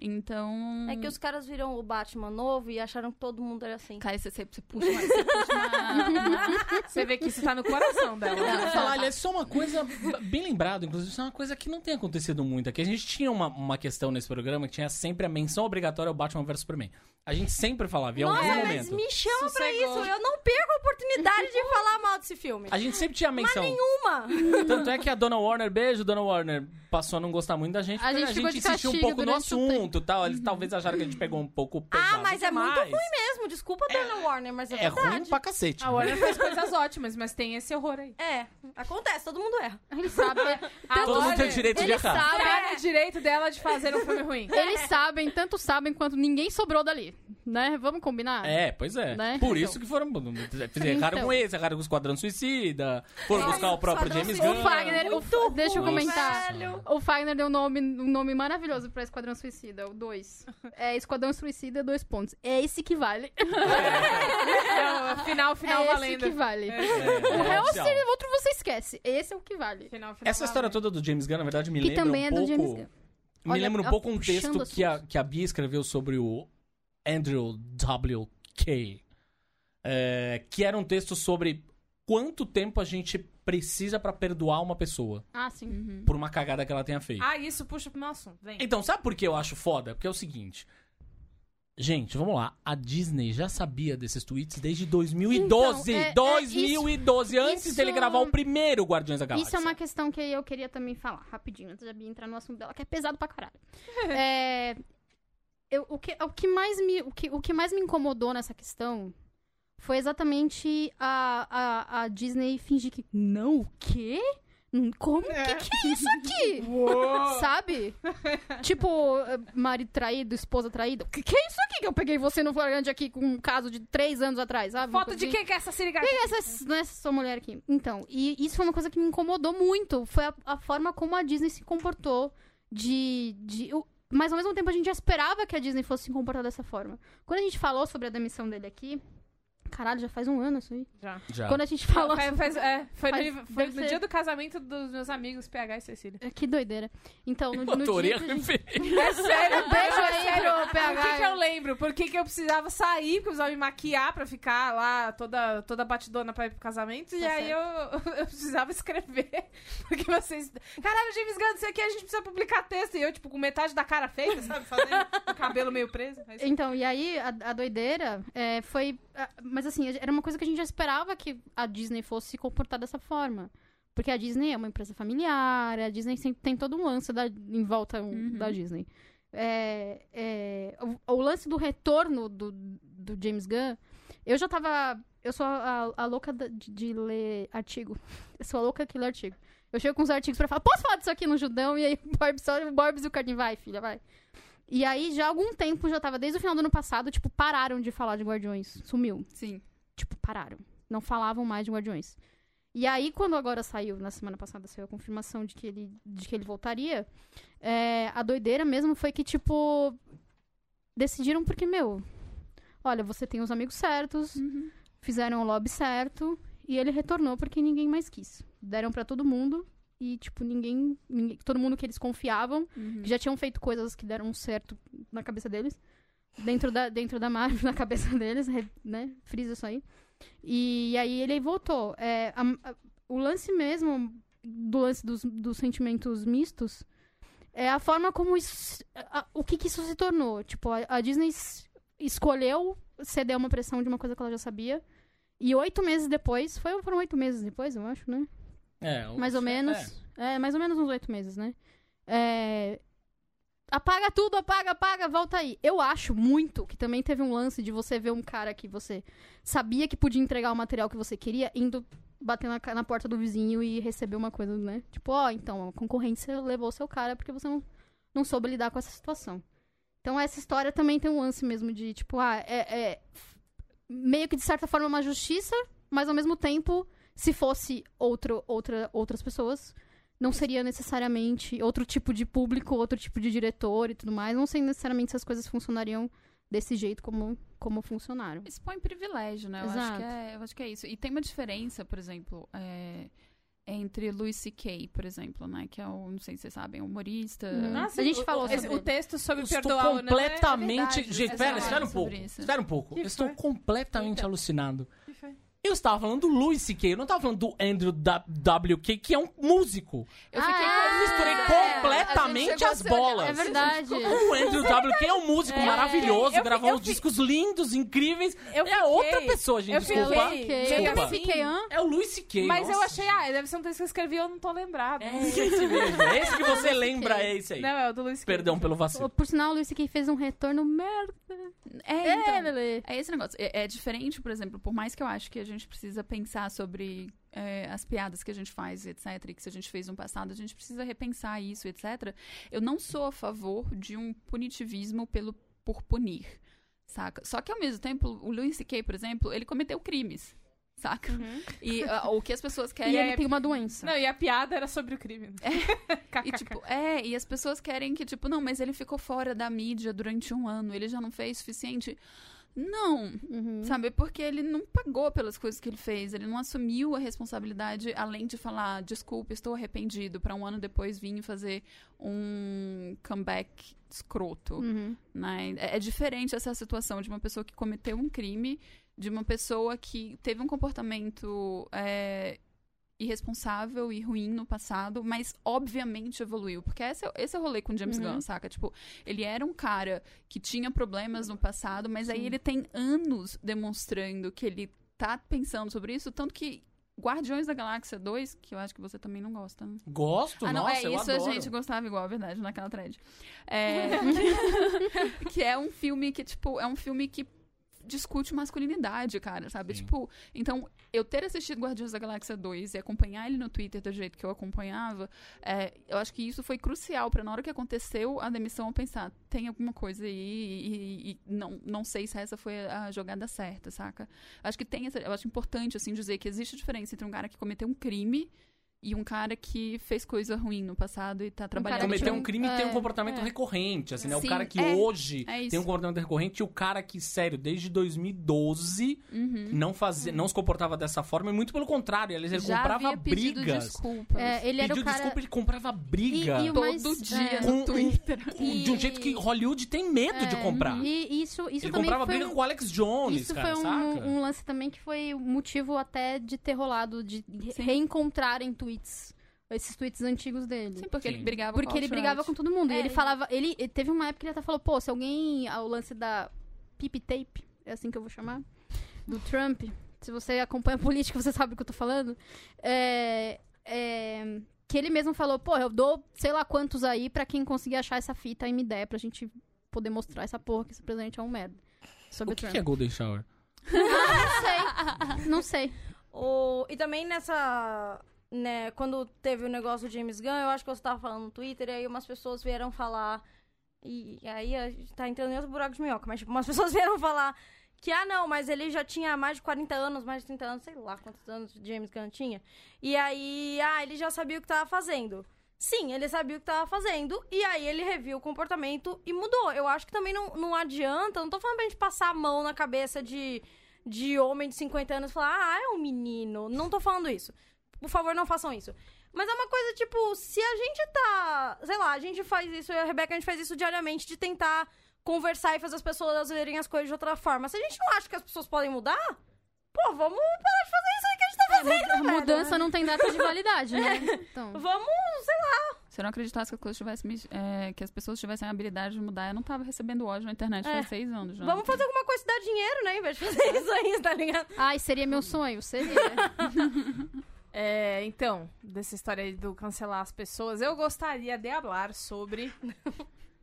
D: Então.
E: É que os caras viram o Batman novo e acharam que todo mundo era assim.
D: Cara, você, você- você puxa uma. Você puxa uma...
C: Você vê que isso tá no coração dela.
A: Eu vou falar, aliás, só uma coisa bem lembrado, inclusive, isso é uma coisa que não tem acontecido muito. É que a gente tinha uma, uma questão nesse programa que tinha sempre a menção obrigatória ao Batman vs Superman. A gente sempre falava, em
E: Nossa,
A: algum
E: mas
A: momento.
E: me chama pra
C: Sossegou.
E: isso. né? Eu não perco a oportunidade de falar mal desse filme.
A: A gente sempre tinha a menção.
E: Uma.
A: Tanto é que a Dona Warner, beijo, Dona Warner, passou a não gostar muito da gente,
B: A
A: porque
B: gente
A: a
B: ficou
A: gente
B: de
A: insistiu um
B: castigo
A: pouco no
B: durante um tempo.
A: assunto e tal. Eles talvez acharam que a gente pegou um pouco pesado.
E: Ah, mas é muito
A: Mas
E: ruim mesmo. Desculpa, Dana Warner, mas é,
A: É
E: verdade.
A: ruim pra cacete.
C: A Warner faz coisas ótimas, mas tem esse horror aí.
E: É, acontece, todo mundo erra.
B: Ele sabe.
A: Todo mundo tem o direito de
B: Eles
A: errar.
B: sabem,
C: Tá no direito dela de fazer um filme ruim.
B: eles sabem, tanto sabem quanto ninguém sobrou dali. Né? Vamos combinar?
A: É, pois é.
B: Né?
A: Por
B: Então.
A: isso que foram. Erraram com esse, erraram com o Esquadrão Suicida, foram
E: Nossa,
A: buscar o próprio
E: Esquadrão
A: James
E: Suicida.
A: Gunn.
B: É, O Fagner, o-
E: É Muito
B: deixa eu
A: ruim,
B: comentar.
E: velho.
B: O Fagner deu um nome, um nome maravilhoso pra Esquadrão Suicida, o 2. É Esquadrão Suicida, dois pontos. É esse que vale.
C: Então, final, final
B: é
C: valendo.
B: esse que vale.
A: É,
B: O
A: é
B: real
A: oficial.
B: seria outro você esquece. Esse é o que vale.
C: Final, final
A: Essa história
C: valendo.
A: toda do James Gunn, na verdade, me
B: Que
A: lembra
B: também
A: um
B: é do
A: pouco...
B: James Gunn.
A: Me
B: Olha,
A: lembra um
B: ó,
A: pouco um
B: puxando
A: texto que a,
B: assunto.
A: que a Bia escreveu sobre o Andrew W. Kay. é, que era um texto sobre quanto tempo a gente precisa pra perdoar uma pessoa
B: Ah, sim.
A: por uma cagada que ela tenha feito.
C: Ah, isso puxa pro meu assunto.
B: É.
C: Vem.
A: Então, sabe por que eu acho foda? Porque é o seguinte. Gente, vamos lá. A Disney já sabia desses tweets desde 2012.
B: Então, é- é
A: 2012, antes
B: isso-
A: dele gravar o primeiro Guardiões da Galáxia.
B: Isso é uma questão que eu queria também falar, rapidinho, antes da Bia entrar no assunto dela, que é pesado pra caralho. É, eu- o, que, o, que mais me, o, que, o que mais me incomodou nessa questão foi exatamente a, a, a Disney fingir que. Não, o quê? Hum, Como? O que, que é isso aqui? Sabe? Tipo, eh, marido traído, esposa traída. O que, que é isso aqui que eu peguei você no flagrante aqui com um caso de três anos atrás, sabe? Uma
C: Foto
B: coisa
C: de
B: assim.
C: quem que é essa sirigata?
B: Quem é essa, né, essa sua mulher aqui? Então, e isso foi uma coisa que me incomodou muito. Foi a, a forma como a Disney se comportou de. de eu- mas ao mesmo tempo a gente já esperava que a Disney fosse se comportar dessa forma. Quando a gente falou sobre a demissão dele aqui. Caralho, já faz um ano isso aí.
C: Já.
A: Já.
B: Quando a gente falou.
C: Foi, faz- é, foi
B: Faz-
C: no, foi
B: deve
C: no
B: ser.
C: dia do casamento dos meus amigos PH e Cecília.
B: Que doideira. Então, no,
A: Eu
B: no
A: adorei
B: dia.
A: a
B: que a gente-
A: referência.
C: É sério,
B: Beijo aí, pro PH.
C: Por que, que eu lembro? Por que, que eu precisava sair, porque eu precisava me maquiar pra ficar lá toda, toda batidona pra ir pro casamento. e
E: Tá
C: aí eu, eu precisava escrever. Porque vocês. Caralho, James Gunn, isso aqui a gente precisa publicar texto. E eu, tipo, com metade da cara feita, sabe? Fazendo o cabelo meio preso. Mas-
B: Então, e aí a, a doideira é, foi. ah, Mas assim, era uma coisa que a gente já esperava que a Disney fosse se comportar dessa forma. Porque a Disney é uma empresa familiar, a Disney sempre tem todo um lance da- em volta um-
D: Uhum.
B: da Disney. É, é, o, o lance do retorno do, do James Gunn, eu já tava. Eu sou a, a- a louca da- de, de ler artigo. Eu sou a louca que lê artigo. Eu chego com os artigos pra falar, posso falar disso aqui no Judão? E aí o Borbs, só- o Borbs e o Cardin, vai, filha, vai. E aí, já há algum tempo, já tava desde o final do ano passado, tipo, pararam de falar de Guardiões. Sumiu.
D: Sim.
B: Tipo, pararam. Não falavam mais de Guardiões. E aí, quando agora saiu, na semana passada saiu a confirmação de que ele, de que ele voltaria, é, a doideira mesmo foi que, tipo, decidiram porque, meu, olha, você tem os amigos certos,
D: Uhum.
B: fizeram o lobby certo, e ele retornou porque ninguém mais quis. Deram pra todo mundo, e, tipo, ninguém, ninguém. Todo mundo que eles confiavam
D: Uhum.
B: que já tinham feito coisas que deram certo na cabeça deles. Dentro da, dentro da Marvel, na cabeça deles, re- né? Frisa isso aí. E, aí ele voltou. É, a- a- o lance mesmo, do lance dos, dos sentimentos mistos, é a forma como isso... a- a- o que, que isso se tornou. Tipo, a, a Disney s- escolheu ceder a uma pressão de uma coisa que ela já sabia. E oito meses depois, foi, foram oito meses depois, eu acho, né?
A: É,
B: Mais ou menos. É. mais ou menos uns oito meses, né? É, Apaga tudo, apaga, apaga, volta aí. Eu acho muito que também teve um lance de você ver um cara que você sabia que podia entregar o material que você queria, indo bater na, ca- na porta do vizinho e receber uma coisa, né? Tipo, ó, então, a concorrência levou seu cara porque você não, não soube lidar com essa situação. Então, essa história também tem um lance mesmo de, tipo, ah, é- é meio que de certa forma uma justiça, mas ao mesmo tempo se fosse outro, outra, outras pessoas, não seria necessariamente outro tipo de público, outro tipo de diretor e tudo mais. Não sei necessariamente se as coisas funcionariam desse jeito como, como funcionaram.
D: Expõe privilégio, né? Eu acho,
B: Exato.
D: que é, eu acho que é isso. E tem uma diferença, por exemplo, é, entre Louis C.K., por exemplo, né? Que é o, não sei se vocês sabem, humorista.
B: Uhum.
D: né?
B: A gente falou
C: esse-
B: sobre
C: o texto sobre
A: Eu estou
B: né?
C: perdoar ou não é
A: completamente.
C: verdade.
A: Gente, pera,
D: Exato.
A: espera um pouco.
D: Sobre isso.
A: Espera um pouco.
C: Que
A: eu estou
C: foi?
A: completamente
B: Então.
C: Eita.
A: alucinado.
C: Que foi?
A: Eu estava falando do Louis C.K., eu não estava falando do Andrew da- W.K., que é um músico.
D: Eu fiquei
B: Ah,
D: com-
A: Eu misturei
D: É, a gente
A: completamente
D: chegou
A: as
D: a se olhar.
A: bolas.
B: É verdade.
A: O Andrew W.K. é um músico
B: É.
A: maravilhoso,
C: Eu fi-
A: gravou
C: eu
A: uns
C: fi-
A: discos lindos, incríveis.
C: Eu
A: é outra
C: fiquei-
A: pessoa, gente,
C: eu
A: desculpa.
C: fiquei-
B: Ok, eu
A: Desculpa.
B: também fiquei hã?
A: É o Louis C.K.,
C: Mas eu
A: nossa,
C: achei, ah, deve ser um texto que eu escrevi e eu não tô lembrado.
A: É esse mesmo. É esse que você lembra, é esse aí.
C: Não, é o do Luiz
A: Perdão pelo vacilo.
B: Por sinal, o Luiz C.K. fez um retorno merda.
D: É, então,
B: Lele.
D: É esse negócio. É, é diferente, por exemplo, por mais que eu acho que a gente precisa pensar sobre é, as piadas que a gente faz, etc., e que se a gente fez no passado, a gente precisa repensar isso, etc. Eu não sou a favor de um punitivismo pelo, por punir, saca? Só que, ao mesmo tempo, o Louis C.K., por exemplo, ele cometeu crimes, saca? E ah, o que as pessoas
B: E
D: querem...
B: ele tem uma doença.
C: Não, e a piada era sobre o crime. né?
D: E, tipo, é, e as pessoas querem que, tipo, não, mas ele ficou fora da mídia durante um ano, ele já não fez o suficiente. Não,
B: Uhum.
D: Sabe? Porque ele não pagou pelas coisas que ele fez, ele não assumiu a responsabilidade, além de falar, desculpa, estou arrependido, pra um ano depois vir fazer um comeback escroto.
B: Uhum.
D: Né? É, é diferente essa situação de uma pessoa que cometeu um crime, de uma pessoa que teve um comportamento é, irresponsável e ruim no passado, mas obviamente evoluiu. Porque esse é, esse é o rolê com o James
B: Uhum.
D: Gunn, saca? Tipo, ele era um cara que tinha problemas no passado, mas aí ele tem anos demonstrando que ele tá pensando sobre isso, tanto que. Guardiões da Galáxia 2, que eu acho que você também não gosta. né?
A: Gosto,
D: Ah, não,
A: nossa,
D: é
A: eu
D: isso, a
A: adoro.
D: gente gostava igual, é verdade, naquela thread. É, que é um filme que, tipo, é um filme que discute masculinidade, cara, sabe?
A: Sim.
D: Tipo, então, eu ter assistido Guardiões da Galáxia 2 e acompanhar ele no Twitter do jeito que eu acompanhava, é, eu acho que isso foi crucial pra na hora que aconteceu a demissão eu pensar, tem alguma coisa aí e, e- e não, não sei se essa foi a jogada certa, saca? Acho que tem essa, eu acho importante, assim, dizer que existe diferença entre um cara que cometeu um crime e um cara que fez coisa ruim no passado e tá trabalhando.
B: cara que
A: Cometer
B: tinha
A: um
B: um-
A: crime e ter um
B: é,
A: comportamento
B: é.
A: recorrente, assim, né? O
D: Sim,
A: cara que
D: é,
A: hoje
D: é isso.
A: tem um comportamento recorrente e o cara que, sério, desde 2012
D: Uhum.
A: não, fazia, não se comportava dessa forma e muito pelo contrário, aliás, ele
D: Já
A: comprava
D: havia pedido
A: brigas.
D: desculpas.
B: É, ele era
A: Pediu
B: o cara.
A: desculpa, ele comprava briga.
B: E- e o
D: todo
B: mais-
D: dia
B: é.
A: Com-
D: no Twitter.
A: Com- De um
B: e- É,
A: jeito que Hollywood tem medo de comprar.
B: E isso, isso
A: ele
B: também
A: comprava
B: foi
A: briga
B: um-
A: com o Alex Jones,
B: Isso
A: cara,
B: foi
A: saca?
B: um, um lance também que foi o motivo até de ter rolado, de re- reencontrarem tweets. Esses tweets antigos dele.
D: Sim, porque
A: Sim.
D: ele brigava com
B: Porque ele brigava com todo mundo.
E: É,
B: e ele
E: ele-
B: falava. Ele, ele- teve uma época que ele até falou, pô, se alguém. ah, O lance da Pip Tape, é assim que eu vou chamar. Do Trump. Se você acompanha a política, você sabe o que eu tô falando. É, é, que ele mesmo falou, pô, eu dou sei lá quantos aí pra quem conseguir achar essa fita e me der pra gente poder mostrar essa porra que esse presidente é um merda.
A: O
B: Sobre o,
A: que,
B: Trump.
A: que é Golden Shower?
B: Não sei. Não sei.
E: O- E também nessa. Né, quando teve o negócio do James Gunn, eu acho que eu estava falando no Twitter, e aí umas pessoas vieram falar. E aí a gente tá entrando em outro buraco de minhoca, mas tipo, umas pessoas vieram falar que, ah, não, mas ele já tinha mais de 40 anos, mais de 30 anos, sei lá quantos anos o James Gunn tinha. E aí, ah, ele já sabia o que tava fazendo. Sim, ele sabia o que tava fazendo, e aí ele reviu o comportamento e mudou. Eu acho que também não, não adianta, não tô falando pra gente passar a mão na cabeça de, de homem de 50 anos e falar, ah, é um menino. Não tô falando isso. Por favor, não façam isso. Mas é uma coisa, tipo, se a gente tá. Sei lá, a gente faz isso, eu e a Rebeca, a gente faz isso diariamente de tentar conversar e fazer as pessoas verem as coisas de outra forma. Se a gente não acha que as pessoas podem mudar, pô, vamos parar de fazer isso aí que a gente tá fazendo.
B: É, A mudança não tem data de validade, né? Então.
E: Vamos.
D: Se eu não acreditasse que, as coisas tivessem, me- é, que as pessoas tivessem a habilidade de mudar, eu não tava recebendo ódio na internet
E: É.
D: faz seis anos já.
E: Vamos fazer alguma coisa que dá dinheiro, né? Em vez de fazer isso aí, tá ligado?
B: Ai, seria meu sonho, seria.
C: É, então, dessa história aí do cancelar as pessoas, eu gostaria de falar sobre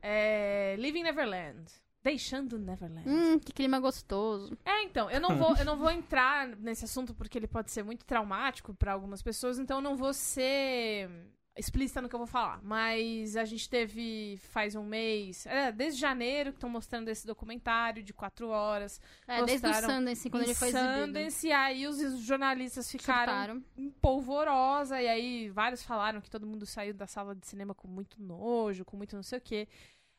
C: é, Leaving Neverland. Deixando Neverland.
B: hum, que clima gostoso.
C: É, então, eu não vou, eu não vou entrar nesse assunto porque ele pode ser muito traumático pra algumas pessoas, então eu não vou ser explícita no que eu vou falar. Mas a gente teve faz um mês, é, desde janeiro, que estão mostrando esse documentário de quatro horas.
B: É, desde o
C: Gostaram.
B: Sundance, quando
C: Em
B: ele foi exibido.
C: Sundance, e aí os jornalistas ficaram
B: Surtaram.
C: em polvorosa. E aí vários falaram que todo mundo saiu da sala de cinema com muito nojo, com muito não sei o quê.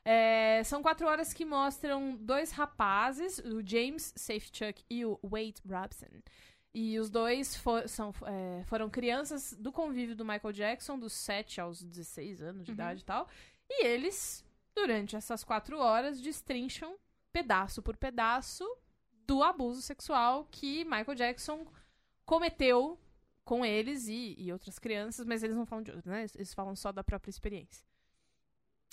C: É, são quatro horas que mostram dois rapazes, o James Safechuck e o Wade Robson. E os dois fo- são, é, foram crianças do convívio do Michael Jackson, dos 7 aos 16 anos de idade e tal. E eles, durante essas quatro horas, destrincham pedaço por pedaço do abuso sexual que Michael Jackson cometeu com eles e, e outras crianças, mas eles não falam de outros, né? Eles- Eles falam só da própria experiência.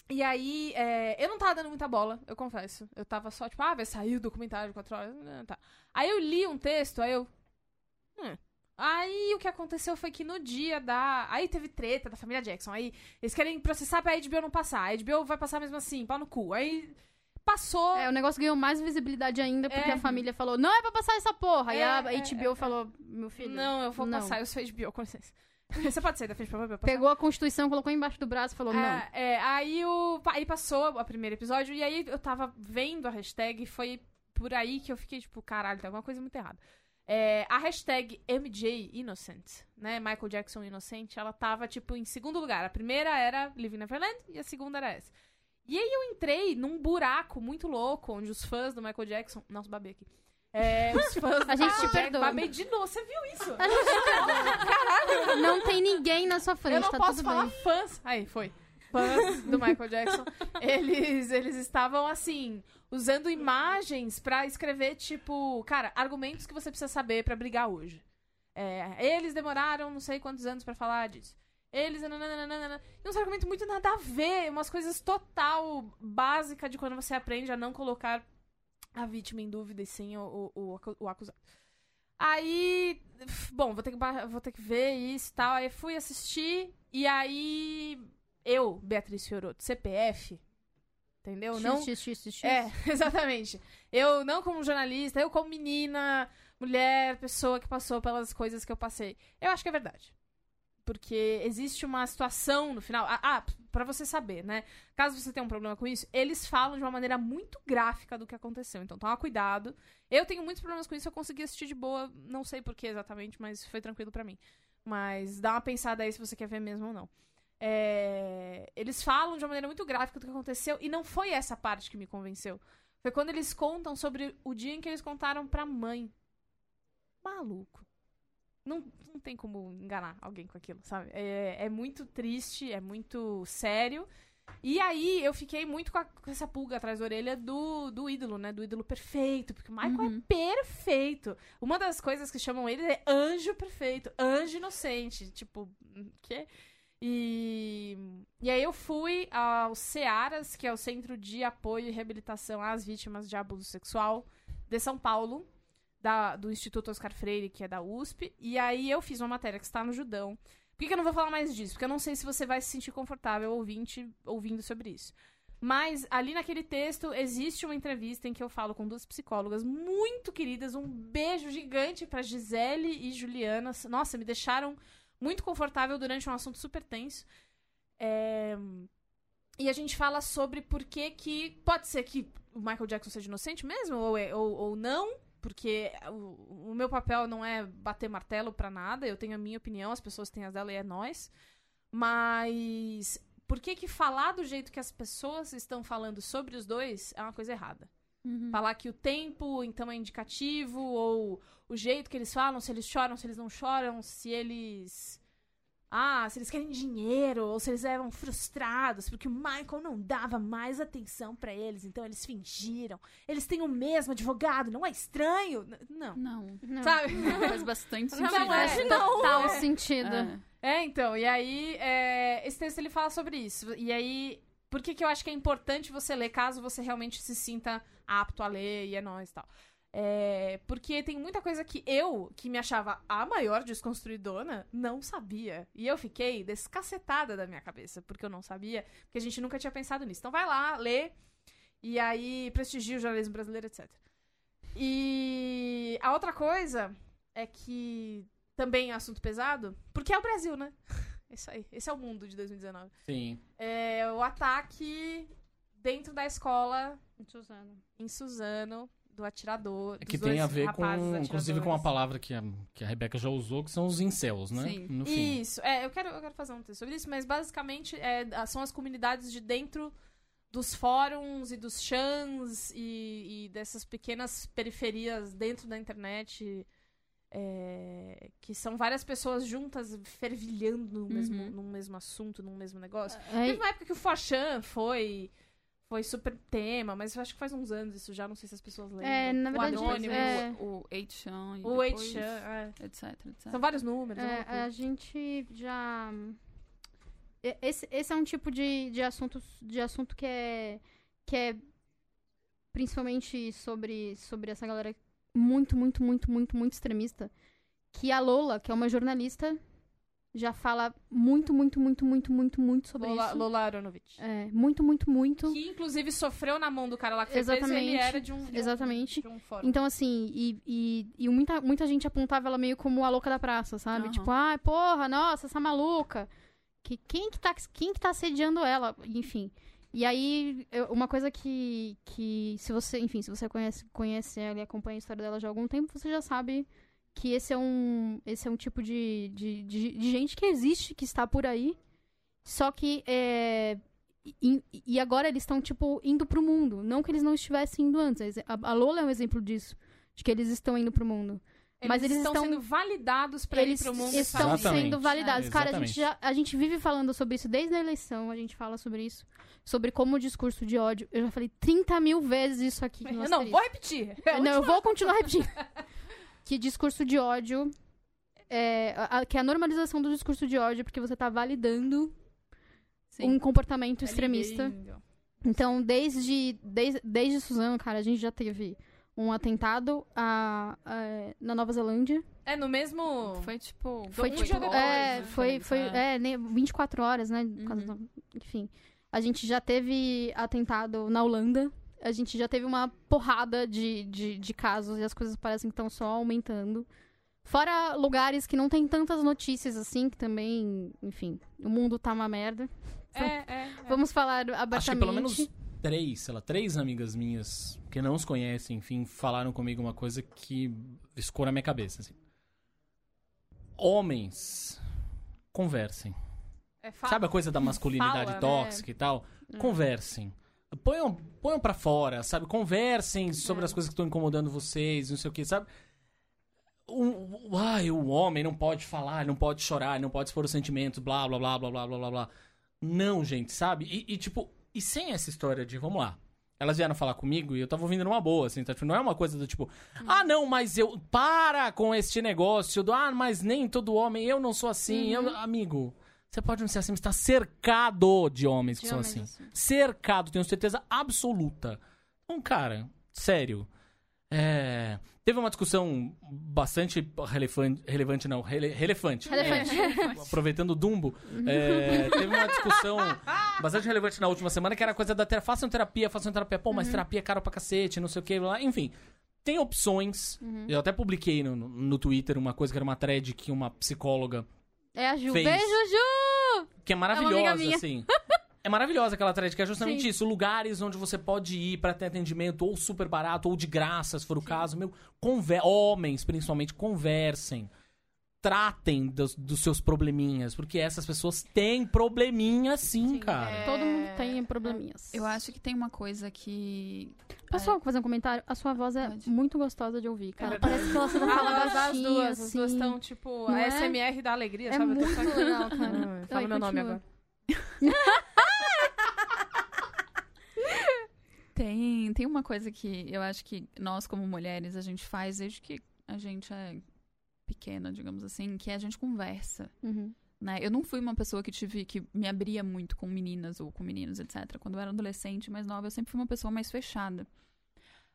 C: E aí, é, eu não tava dando muita bola, eu confesso. Eu tava só, tipo, ah, vai sair o documentário de quatro horas. né, Tá. Aí eu li um texto, aí eu. hum. Aí o que aconteceu foi que no dia da. Aí teve treta da família Jackson. Aí eles querem processar pra HBO não passar. A HBO vai passar mesmo assim, pau no cu. Aí passou.
B: É, o negócio ganhou mais visibilidade ainda porque
C: É.
B: a família falou: não é pra passar essa porra. e
C: É,
B: a
C: é,
B: HBO falou: meu filho.
C: Não, eu vou
B: não.
C: passar, eu sou HBO, com licença. Você pode sair da frente pra eu passar?
B: Pegou a Constituição, colocou embaixo do braço e falou: não.
C: Ah, é, aí o. pa- Aí passou o primeiro episódio, e aí eu tava vendo a hashtag, e foi por aí que eu fiquei, tipo, caralho, tem alguma coisa muito errada. É, a hashtag MJ Innocent, né? Michael Jackson Inocente, ela tava, tipo, em segundo lugar. A primeira era Living Neverland e a segunda era essa. E aí eu entrei num buraco muito louco, onde os fãs do Michael Jackson. Nossa, babei aqui. É, os fãs do
B: A gente
C: Michael
B: te
C: Jackson-
B: perdoa.
C: Babei de novo, você viu isso?
B: A gente- não tem ninguém na sua frente,
C: Eu não
B: tá
C: posso
B: tudo
C: falar
B: bem.
C: fãs. Aí, foi. Fãs do Michael Jackson. Eles, eles estavam, assim, usando imagens pra escrever, tipo, cara, argumentos que você precisa saber pra brigar hoje. É, eles demoraram não sei quantos anos pra falar disso. Eles. nananana, E uns argumentos muito nada a ver, umas coisas total básica de quando você aprende a não colocar a vítima em dúvida e sim o, o, o acu- o acusado. Aí. f- Bom, vou ter que, ba- vou ter que ver isso e tal. Aí fui assistir e aí. Eu, Beatriz Fiorotto, CPF. Entendeu? Não,
B: X, X, X, X.
C: é, exatamente. Eu, não como jornalista, eu como menina, mulher, pessoa que passou pelas coisas que eu passei. Eu acho que é verdade. Porque existe uma situação no final. Ah, ah para você saber, né? Caso você tenha um problema com isso, eles falam de uma maneira muito gráfica do que aconteceu. Então toma cuidado. Eu tenho muitos problemas com isso, eu consegui assistir de boa, não sei por que exatamente, mas foi tranquilo pra mim. Mas dá uma pensada aí se você quer ver mesmo ou não. É, eles falam de uma maneira muito gráfica do que aconteceu e não foi essa parte que me convenceu. Foi quando eles contam sobre o dia em que eles contaram pra mãe. Maluco. Não, não tem como enganar alguém com aquilo, sabe? É, é muito triste, é muito sério. E aí eu fiquei muito com, a- com essa pulga atrás da orelha do, do ídolo, né? Do ídolo perfeito. Porque o Michael é
D: Uhum.
C: perfeito. Uma das coisas que chamam ele é anjo perfeito, anjo inocente. Tipo, que? E, e aí eu fui ao Searas, que é o Centro de Apoio e Reabilitação às Vítimas de Abuso Sexual de São Paulo, da- do Instituto Oscar Freire, que é da USP. E aí eu fiz uma matéria que está no Judão. Por que, que eu não vou falar mais disso? Porque eu não sei se você vai se sentir confortável ouvinte, ouvindo sobre isso. Mas ali naquele texto existe uma entrevista em que eu falo com duas psicólogas muito queridas. Um beijo gigante para Gisele e Juliana. Nossa, me deixaram muito confortável durante um assunto super tenso. É, E a gente fala sobre por que que... Pode ser que o Michael Jackson seja inocente mesmo, ou, é- ou, ou não. Porque o, o meu papel não é bater martelo pra nada. Eu tenho a minha opinião, as pessoas têm as dela e é nós. Mas... Por que que falar do jeito que as pessoas estão falando sobre os dois é uma coisa errada?
D: Uhum.
C: Falar que o tempo, então, é indicativo, ou o jeito que eles falam, se eles choram, se eles não choram, se eles. Ah, se eles querem dinheiro, ou se eles eram frustrados, porque o Michael não dava mais atenção pra eles, então eles fingiram. Eles têm o mesmo advogado, não é estranho? N- Não.
D: Não.
B: Não.
C: Sabe?
D: Faz bastante
E: Não,
D: sentido.
E: mas
B: Faz
E: é.
B: total
E: É.
B: sentido.
D: É.
C: É, então, e aí, é, esse texto ele fala sobre isso. E aí, por que, que eu acho que é importante você ler, caso você realmente se sinta apto a ler e é nóis e tal? É, porque tem muita coisa que eu, que me achava a maior desconstruidona, não sabia. E eu fiquei descacetada da minha cabeça, porque eu não sabia, porque a gente nunca tinha pensado nisso. Então vai lá, lê, e aí prestigia o jornalismo brasileiro, etc. E a outra coisa é que também é assunto pesado, porque é o Brasil, né? É Isso aí, esse é o mundo de 2019.
A: Sim.
C: É o ataque dentro da escola em Suzano do atirador.
A: É
C: dos
A: que
C: dois
A: tem a ver com,
C: rapazes
A: inclusive, com uma
C: atiradores.
A: palavra que a, que a Rebeca já usou, que são os incels, né?
D: Sim.
A: No fim.
C: Isso, é, eu quero, eu quero fazer um texto sobre isso, mas basicamente é, a- são as comunidades de dentro dos fórums e dos chans e, e dessas pequenas periferias dentro da internet, é, que são várias pessoas juntas fervilhando no, mesmo,
D: Uhum.
C: num mesmo assunto, num mesmo negócio.
B: É,
C: Teve uma época que o Forchan foi. Foi super tema, mas eu acho que faz uns anos isso já, não sei se as pessoas lembram.
B: É, na
C: o
B: verdade,
C: Anônimos,
B: é.
D: o o 8chan. e
C: o
D: depois-
C: 8chan, é.
D: Etc, etc.
C: São vários números. é uma
B: É,
C: loucura.
B: a gente já. E- Esse, esse é um tipo de, de, assunto, de assunto que é. que é principalmente sobre, sobre essa galera muito, muito, muito, muito, muito extremista. Que a Lola, que é uma jornalista, já fala muito, muito, muito, muito, muito, muito sobre
C: Lola,
B: isso.
C: Lola Aronovich.
B: É, muito, muito, muito.
C: Que inclusive sofreu na mão do cara lá que fez isso, ele
B: Exatamente.
C: era de um, de um-
B: Exatamente.
C: de um fórum.
B: Então, assim, e, e, e muita, muita gente apontava ela meio como a louca da praça, sabe?
D: Aham.
B: Tipo, ai, porra, nossa, essa maluca. Que, quem, que tá, quem que tá assediando ela? Enfim. E aí, eu- uma coisa que, que se você, enfim, se você conhece, conhece ela e acompanha a história dela já há algum tempo, você já sabe que esse é um, esse é um tipo de, de, de, de gente que existe, que está por aí, só que é, e, e agora eles estão, tipo, indo pro mundo. Não que eles não estivessem indo antes. A, a Lola é um exemplo disso. De que eles estão indo pro mundo. mas eles
C: estão,
B: estão-
C: sendo validados pra
B: eles
C: ir pro mundo
B: estão
C: sabe?
A: Exatamente.
B: sendo validados.
A: É,
B: Cara, a gente, já,
A: exatamente.
B: a gente vive falando sobre isso desde a eleição. A gente fala sobre isso. Sobre como o discurso de ódio. Eu já falei 30 mil vezes isso aqui. no
C: Eu não,
B: asterisco.
C: vou repetir. É a
B: Não, eu vou continuar repetindo. que discurso de ódio. É, a- a- que é a normalização do discurso de ódio, porque você tá validando
D: Sim.
B: um comportamento
C: última-
B: extremista.
C: É Lindo.
B: Então, desde, desde, desde Suzano, cara, a gente já teve um atentado a- a- na Nova Zelândia.
C: É no mesmo.
D: Foi tipo.
B: Foi
C: Um
B: tipo.
C: dia depois,
B: é,
C: né?
B: foi, foi é, né, 24 horas, né? por causa
D: Uhum.
B: do- enfim. A gente já teve atentado na Holanda. A gente já teve uma porrada de, de, de casos e as coisas parecem que estão só aumentando. Fora lugares que não tem tantas notícias assim, que também, enfim, o mundo tá uma merda.
C: É, é, é.
B: Vamos falar abertamente.
A: Acho que pelo menos três, sei lá, três amigas minhas que não se conhecem, enfim, falaram comigo uma coisa que escorou a minha cabeça, assim. homens conversem.
C: É fato.
A: Sabe a coisa da masculinidade
C: Fala, né? Hum.
A: tóxica e tal? Conversem. Ponham, ponham pra fora, sabe? Conversem
C: É.
A: sobre as coisas que estão incomodando vocês, não sei o que, sabe? Um, O, o, ai, o homem não pode falar, não pode chorar, não pode expor os sentimentos, blá, blá, blá, blá, blá, blá, blá, blá. Não, gente, sabe? E, e, tipo, e sem essa história de, vamos lá. Elas vieram falar comigo e eu tava ouvindo numa boa, assim, tá? Tipo, não é uma coisa do tipo, ah, não, mas eu. Para com este negócio do, ah, mas nem todo homem, eu não sou assim.
B: Uhum.
A: eu- amigo, você pode não ser assim, mas tá cercado de homens que
B: De
A: são
B: homens
A: assim.
B: assim.
A: Cercado, tenho certeza absoluta. Então, cara, sério. É, Teve uma discussão bastante relevante, relevante não, rele, relevante.
B: Relevante.
A: É, aproveitando o Dumbo, é, teve uma discussão bastante relevante na última semana, que era a coisa da terapia. Façam terapia, façam terapia. Pô, mas terapia é caro pra cacete, não sei o que. Lá. Enfim, tem opções. Eu até publiquei no, no- no Twitter uma coisa que era uma thread que uma psicóloga,
B: É a Ju.
A: Fez.
B: Beijo, Ju!
A: que é
B: É uma amiga
A: maravilhosa,
B: minha.
A: assim. É maravilhosa aquela thread, que é justamente
B: Sim.
A: isso. Lugares onde você pode ir pra ter atendimento ou super barato ou de graça, se for o caso. Meu, conver... Homens, principalmente, conversem. Tratem dos, dos seus probleminhas, porque essas pessoas têm probleminha sim, cara.
C: é.
B: Todo mundo tem probleminhas.
D: Eu acho que tem uma coisa que.
B: Posso só fazer um comentário? A sua voz é
D: Pode.
B: muito gostosa de ouvir, cara.
C: É verdade.
B: Parece que ela sempre fala
C: Ah, as
B: baixinho,
C: duas, as
B: assim.
C: duas estão tipo
B: Não
C: a
B: é?
C: SMR da alegria,
B: É
C: sabe? Eu tô
B: muito
C: só aqui.
B: legal, cara.
C: Ah, Fala
B: Ai,
C: meu nome
B: continua.
C: agora.
D: Tem, tem uma coisa que eu acho que nós, como mulheres, a gente faz desde que a gente é pequena, digamos assim, que é a gente conversa.
B: Uhum.
D: né? Eu não fui uma pessoa que tive que me abria muito com meninas ou com meninos, etc. Quando eu era adolescente, mais nova, eu sempre fui uma pessoa mais fechada.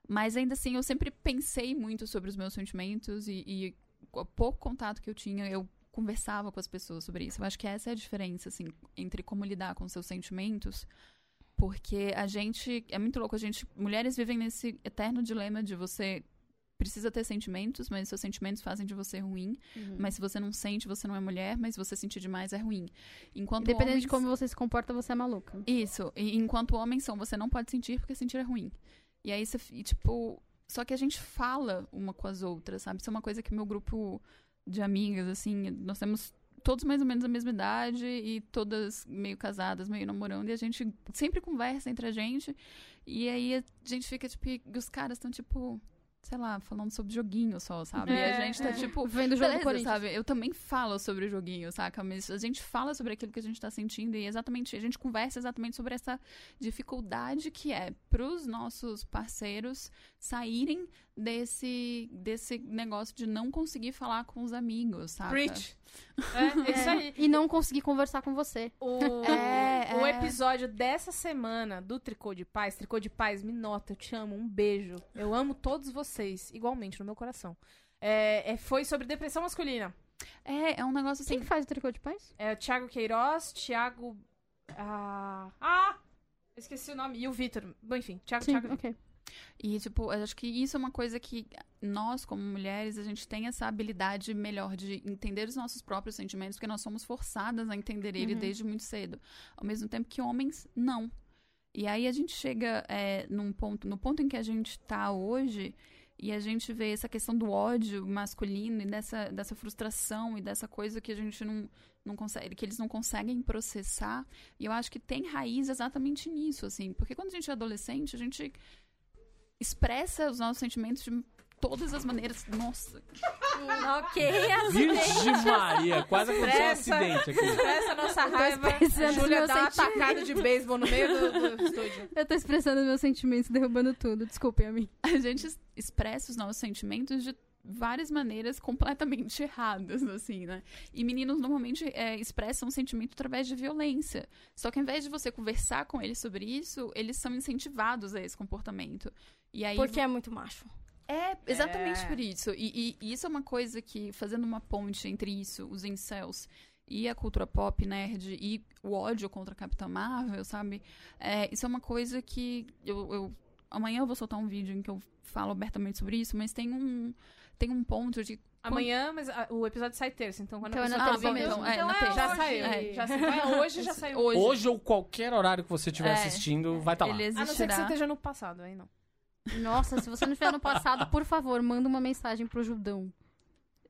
D: Mas ainda assim, eu sempre pensei muito sobre os meus sentimentos e, e o pouco contato que eu tinha, eu conversava com as pessoas sobre isso. Eu acho que essa é a diferença, assim, entre como lidar com seus sentimentos. Porque a gente. É muito louco, a gente. Mulheres vivem nesse eterno dilema de você precisa ter sentimentos, mas seus sentimentos fazem de você ruim.
B: Uhum.
D: Mas se você não sente, você não é mulher, mas se você sentir demais, é ruim. Enquanto
B: Dependendo
D: homens...
B: de como você se comporta, você é maluca.
D: Isso. E enquanto homens são, você não pode sentir porque sentir é ruim. E aí você, fi- tipo. Só que a gente fala uma com as outras, sabe? Isso é uma coisa que meu grupo de amigas, assim, nós temos todos mais ou menos a mesma idade e todas meio casadas, meio namorando, e a gente sempre conversa entre a gente. E aí a gente fica, tipo, e os caras estão, tipo, sei lá, falando sobre joguinho só, sabe? e a
C: É,
D: gente tá,
C: é.
D: tipo,
B: Vendo o jogo do
D: Beleza,
B: Corinthians.
D: sabe? Eu também falo sobre o joguinho, saca? Mas a gente fala sobre aquilo que a gente tá sentindo e exatamente, a gente conversa exatamente sobre essa dificuldade que é pros nossos parceiros saírem desse, desse negócio de não conseguir falar com os amigos,
B: tá.
D: saca?
C: Preach. É, é isso
B: É.
C: aí.
B: E não conseguir conversar com você.
C: O,
D: É,
C: o
D: é.
C: episódio dessa semana do Tricô de Paz, Tricô de Paz, me nota, eu te amo, um beijo. Eu amo todos vocês, igualmente, no meu coração. É, é, foi sobre depressão masculina.
D: É, é um negócio
B: Quem
D: assim.
B: que faz o tricô de paz?
C: É o Thiago Queiroz, Thiago. Ah! ah eu esqueci o nome. E o Vitor. Bom, enfim,
D: É
C: Thiago,
B: Sim,
C: Thiago.
B: ok.
D: E, tipo, eu acho que isso é uma coisa que nós, como mulheres, a gente tem essa habilidade melhor de entender os nossos próprios sentimentos, porque nós somos forçadas a entender ele desde muito cedo. Ao mesmo tempo que homens, não. E aí a gente chega é, num ponto, no ponto em que a gente tá hoje, e a gente vê essa questão do ódio masculino e dessa, dessa frustração e dessa coisa que a gente não, não consegue, que eles não conseguem processar. E eu acho que tem raiz exatamente nisso, assim. Porque quando a gente é adolescente, a gente expressa os nossos sentimentos de todas as maneiras. Nossa,
E: ok, assim.
A: Virgem Maria, quase aconteceu um
C: Expressa.
A: acidente aqui.
C: Essa nossa raiva. A
B: expressando
C: Júlia
B: meus
C: dá uma
B: sentimentos.
C: tacada de beisebol no meio do, do estúdio.
B: Eu tô expressando meus sentimentos, derrubando tudo. Desculpem a mim.
D: a gente es- expressa os nossos sentimentos de várias maneiras completamente erradas, assim, né? E meninos normalmente é, expressam sentimento através de violência. Só que ao invés de você conversar com eles sobre isso, eles são incentivados a esse comportamento. E aí
E: Porque é muito macho.
D: É, exatamente
C: É.
D: por isso. E, e- e isso é uma coisa que, fazendo uma ponte entre isso, os incels e a cultura pop nerd e o ódio contra a Capitã Marvel, sabe? É, isso é uma coisa que eu, eu- Amanhã eu vou soltar um vídeo em que eu falo abertamente sobre isso, mas tem um, tem um ponto de.
C: Amanhã, mas ah, o episódio sai terça, então quando
B: Então é
C: a
B: na
C: pessoa
B: terça
C: ouvindo,
B: mesmo.
D: é, na terça.
C: Já
E: hoje.
C: saiu.
D: É.
C: Já saiu. É, hoje já saiu.
D: Hoje,
A: Hoje ou qualquer horário que você estiver
D: É.
A: assistindo, vai estar Tá lá.
D: ele
C: A não ser que
D: existirá.
C: você esteja no passado, aí não.
B: Nossa, se você não estiver no passado, por favor, manda uma mensagem pro Judão.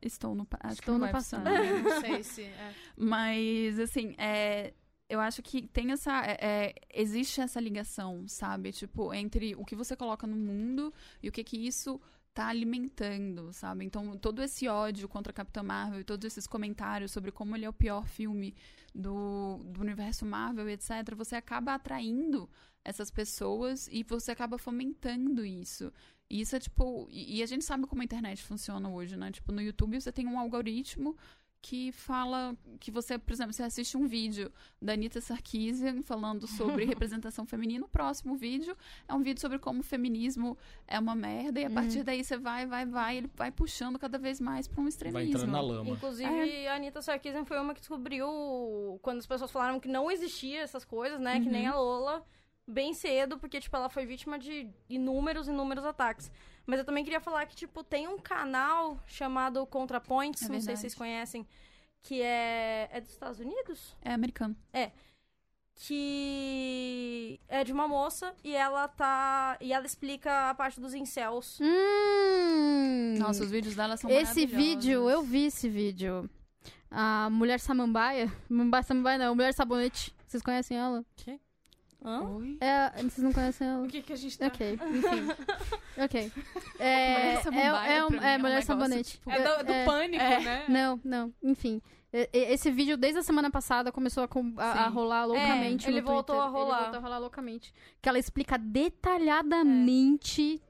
D: Estou no, pa- acho que
B: Estou
D: não
B: no
D: vai
B: passado.
D: funcionar.
C: Não sei se. é.
D: Mas, assim, é, eu acho que tem essa. é, é, existe essa ligação, sabe? Tipo, entre o que você coloca no mundo e o que que isso tá alimentando, sabe? Então, todo esse ódio contra a Capitã Marvel e todos esses comentários sobre como ele é o pior filme do, do universo Marvel e etc., você acaba atraindo essas pessoas e você acaba fomentando isso. E isso é tipo. E, e a gente sabe como a internet funciona hoje, né? Tipo, no YouTube você tem um algoritmo que fala que você, por exemplo, você assiste um vídeo da Anitta Sarkeesian falando sobre representação feminina, o próximo vídeo é um vídeo sobre como o feminismo é uma merda, e a
B: Uhum.
D: partir daí você vai, vai, vai, ele vai puxando cada vez mais pra um
A: Vai
D: extremismo.
A: entrando na lama.
E: Inclusive, a Anitta Sarkeesian foi uma que descobriu quando as pessoas falaram que não existia essas coisas, né? Que nem a Lola, bem cedo, porque, tipo, ela foi vítima de inúmeros, inúmeros ataques. Mas eu também queria falar que, tipo, tem um canal chamado ContraPoints,
D: É
E: não sei
D: verdade.
E: se vocês conhecem, que é. É dos Estados Unidos?
D: É americano.
E: Que é de uma moça e ela tá. E ela explica a parte dos incels.
B: Hum.
D: Nossa, os vídeos dela são
B: Esse
D: maravilhosos.
B: vídeo, eu vi esse vídeo. A mulher samambaia. Mulher samambaia não, mulher sabonete. Vocês conhecem ela?
E: Hã?
D: Oi?
B: É, vocês não conhecem ela?
C: O que, que a gente tá.
B: Ok, enfim. Ok. É,
D: Mulher samambaia,
B: é, é, um-
D: pra mim,
B: é
D: é
B: mulher
D: um negócio,
B: sabonete.
D: tipo,
C: É do, do
B: É,
C: pânico,
D: é.
C: né?
B: Não, não, enfim. E- e- Esse vídeo, desde a semana passada, começou a, com- a- a
D: Sim.
B: rolar loucamente.
E: É, ele
B: no
E: voltou
B: Twitter.
E: a rolar.
B: Ele voltou a rolar loucamente. Que ela explica
E: É.
B: detalhadamente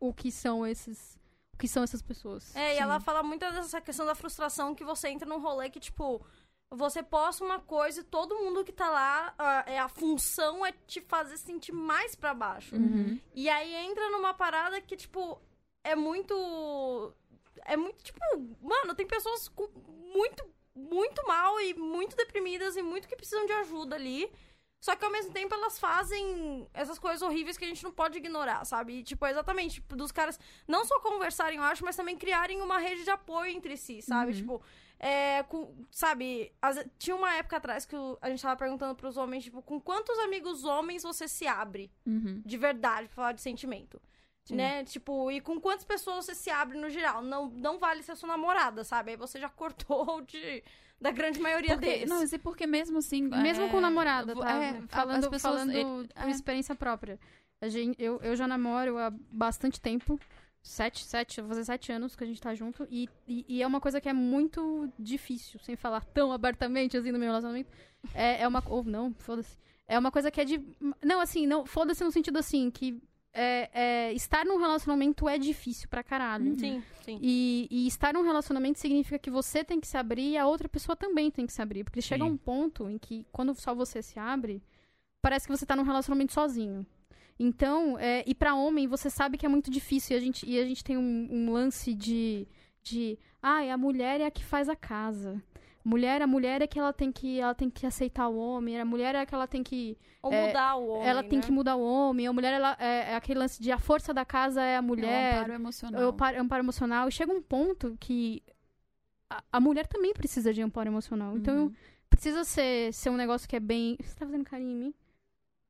B: o que são esses. O que são essas pessoas.
E: É, e
D: Sim.
E: ela fala muito dessa questão da frustração que você entra num rolê que, tipo, você posta uma coisa e todo mundo que tá lá, a, é, a função é te fazer sentir mais pra baixo.
D: Uhum.
E: E aí entra numa parada que, tipo, é muito. É muito, tipo, mano, tem pessoas com muito, muito mal e muito deprimidas e muito que precisam de ajuda ali. Só que ao mesmo tempo elas fazem essas coisas horríveis que a gente não pode ignorar, sabe? E, tipo, é exatamente, tipo, dos caras não só conversarem, eu acho, mas também criarem uma rede de apoio entre si, sabe?
D: Uhum.
E: Tipo, é, com- sabe, as- tinha uma época atrás que o- a gente tava perguntando pros homens, tipo, com quantos amigos homens você se abre?
D: Uhum.
E: de verdade pra falar de sentimento.
D: Sim.
E: Né? Tipo, e com quantas pessoas você se abre no geral? Não, não vale ser sua namorada, sabe? Aí você já cortou de, da grande maioria
D: Porque,
E: deles.
D: não, mas e porque mesmo assim.
B: Mesmo
D: é,
B: com namorada,
D: vo-
B: tá?
D: é, a-
B: falando
D: as pessoas,
B: falando
D: ele-
B: por
D: é.
B: experiência própria. A gente, eu, eu já namoro há bastante tempo. Sete, sete, vou fazer sete anos que a gente tá junto. E, e, e é uma coisa que é muito difícil, sem falar tão abertamente assim no meu relacionamento. É, é uma. Ou não, foda-se. É uma coisa que é de. Não, assim, não, foda-se no sentido assim, que é, é, estar num relacionamento é difícil pra caralho.
D: Uhum.
E: Sim, sim.
B: E, e estar num relacionamento significa que você tem que se abrir e a outra pessoa também tem que se abrir. Porque chega
A: Sim.
B: um ponto em que, quando só você se abre, parece que você tá num relacionamento sozinho. Então, é, e pra homem, você sabe que é muito difícil. E a gente, e a gente tem um, um lance de, de. Ai, a mulher é a que faz a casa. Mulher, a mulher é que ela tem que, ela tem que aceitar o homem. A mulher é que ela tem que
E: Ou
B: é,
E: mudar o homem.
B: ela tem
E: né?
B: que mudar o homem. A mulher, ela, é, é aquele lance de a força da casa é a
D: É um
B: mulher.
D: amparo emocional.
B: Eu paro, amparo emocional. E chega um ponto que a, a mulher também precisa de amparo emocional. Então,
D: Uhum.
B: precisa ser, ser um negócio que é bem. Você tá fazendo carinho em mim?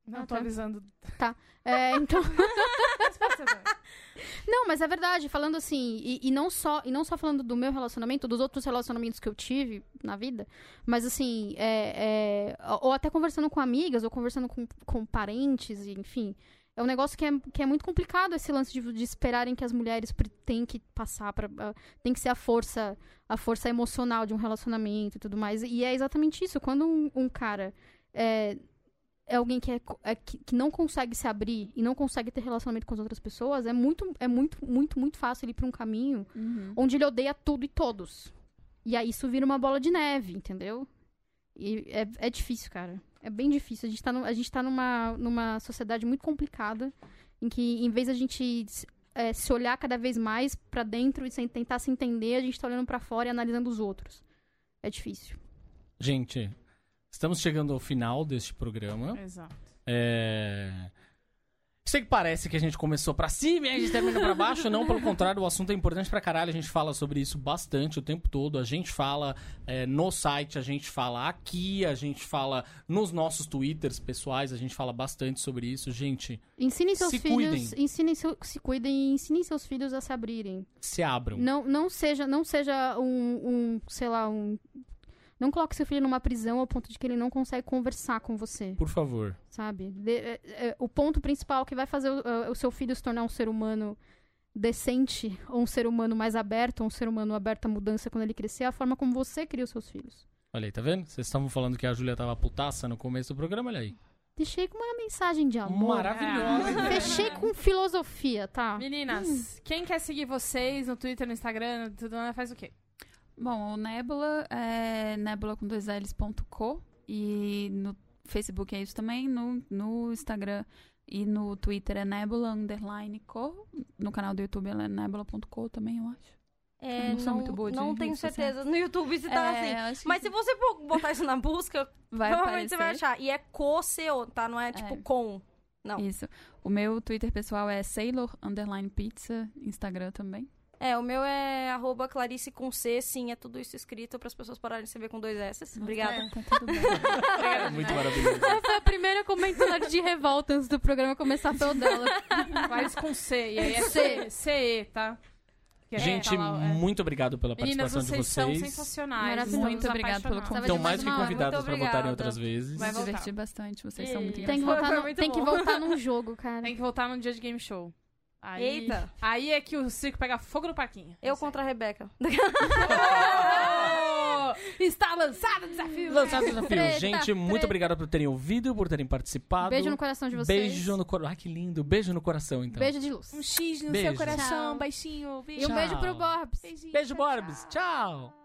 C: Não,
B: Ah, tá.
C: atualizando.
B: É, então.
C: Mas passa, vai.
B: Não, mas é verdade, falando assim, e, e não só, e não só falando do meu relacionamento, dos outros relacionamentos que eu tive na vida, mas assim, é, é, ou até conversando com amigas, ou conversando com, com parentes, e, enfim. É um negócio que é, que é muito complicado esse lance de, de esperarem que as mulheres pre- têm que passar para tem que ser a força, a força emocional de um relacionamento e tudo mais. E é exatamente isso. Quando um, um cara é, é alguém que, é, co- é que, que não consegue se abrir e não consegue ter relacionamento com as outras pessoas, é muito, é muito, muito, muito fácil ele ir pra um caminho
D: Uhum.
B: onde ele odeia tudo e todos. E aí isso vira uma bola de neve, entendeu? E é, é difícil, cara. É bem difícil. A gente tá, no- a gente tá numa, numa sociedade muito complicada, em que em vez da gente se- é, se olhar cada vez mais pra dentro e sem tentar se entender, a gente tá olhando pra fora e analisando os outros. É difícil.
A: Gente, estamos chegando ao final deste programa.
C: Exato.
A: É, Sei que parece que a gente começou pra cima e a gente termina pra baixo. Não, pelo contrário, o assunto é importante pra caralho. A gente fala sobre isso bastante o tempo todo. A gente fala é, no site, a gente fala aqui, a gente fala nos nossos twitters pessoais, a gente fala bastante sobre isso. Gente,
B: Ensinem seus
A: Se
B: filhos,
A: cuidem.
B: ensinem seu- se cuidem e ensinem seus filhos a se abrirem.
A: se abram.
B: Não, não seja, não seja um, um, sei lá, um não coloque seu filho numa prisão ao ponto de que ele não consegue conversar com você,
A: Por favor.
B: sabe? De- é- é- o ponto principal que vai fazer o, é, o seu filho se tornar um ser humano decente, ou um ser humano mais aberto, ou um ser humano aberto à mudança quando ele crescer, é a forma como você cria os seus filhos.
A: Olha aí, tá vendo? Vocês estavam falando que a Júlia tava putaça no começo do programa, olha aí.
B: Deixei com uma mensagem de amor.
A: Maravilhosa.
B: É. Fechei com filosofia, tá?
C: Meninas, quem quer seguir vocês no Twitter, no Instagram, no tudo, faz o quê?
D: Bom, o Nebula é nebula com dois L's ponto co, e no Facebook é isso também, no, no Instagram e no Twitter é nebula underline co, no canal do YouTube ela é nebula.co também, eu acho.
E: É,
D: Não sou muito boa de
E: Não tenho
D: redes sociais.
E: certeza. No YouTube você tá
D: É,
E: assim.
D: eu acho que
E: Mas se você for botar isso na busca,
D: vai
E: provavelmente você vai
D: aparecer.
E: achar. E é co-CO, tá? Não é tipo
D: É.
E: com. não.
D: Isso. O meu Twitter pessoal é Sailor Underline Pizza, Instagram também.
E: É, o meu é arroba Clarice com C, sim, é tudo isso escrito para as pessoas pararem de se ver com dois S. Obrigada.
D: Tá tudo bem.
A: Muito maravilhosa.
B: Foi a primeira comentário de revolta antes do programa começar foi o dela.
C: Faz com C, e aí é
B: C.
C: C, CE, tá? Que é,
A: Gente,
C: tá lá, é.
A: muito obrigado pela
C: Meninas,
A: participação
C: vocês, são
A: de vocês.
C: sensacionais.
B: Maravilhoso.
C: Muito
D: Muito obrigada pelo
C: apaixonados.
D: convite.
A: Estão Então, mais
D: demais
A: que
D: uma hora.
A: convidadas
E: Muito
A: para voltarem
E: obrigada.
A: outras vezes.
C: Vai
D: Me
C: voltar.
D: diverti bastante, vocês são muito
C: Tem
B: Tem que voltar,
D: engraçados.
E: Foi
B: no-
E: muito
B: tem que
E: bom.
B: voltar num jogo, cara.
C: Tem que voltar no dia de game show. Aí,
E: Eita.
C: Aí é que o circo pega fogo no parquinho.
E: Eu contra a Rebeca.
C: Oh! Está lançado o desafio!
A: Lançado o desafio.
B: Treta,
A: Gente,
B: treta.
A: muito obrigado por terem ouvido, por terem participado.
B: Beijo no coração de vocês.
A: Beijo no coração. Ah, que lindo. Beijo no coração, então.
B: Beijo de luz.
C: Um X no
A: Beijo.
C: seu coração,
B: Tchau.
C: baixinho.
B: E
A: Tchau.
B: um beijo pro Borbs.
C: Beijinho,
A: Beijo,
C: tchau,
A: Borbs.
C: tchau.
A: Tchau.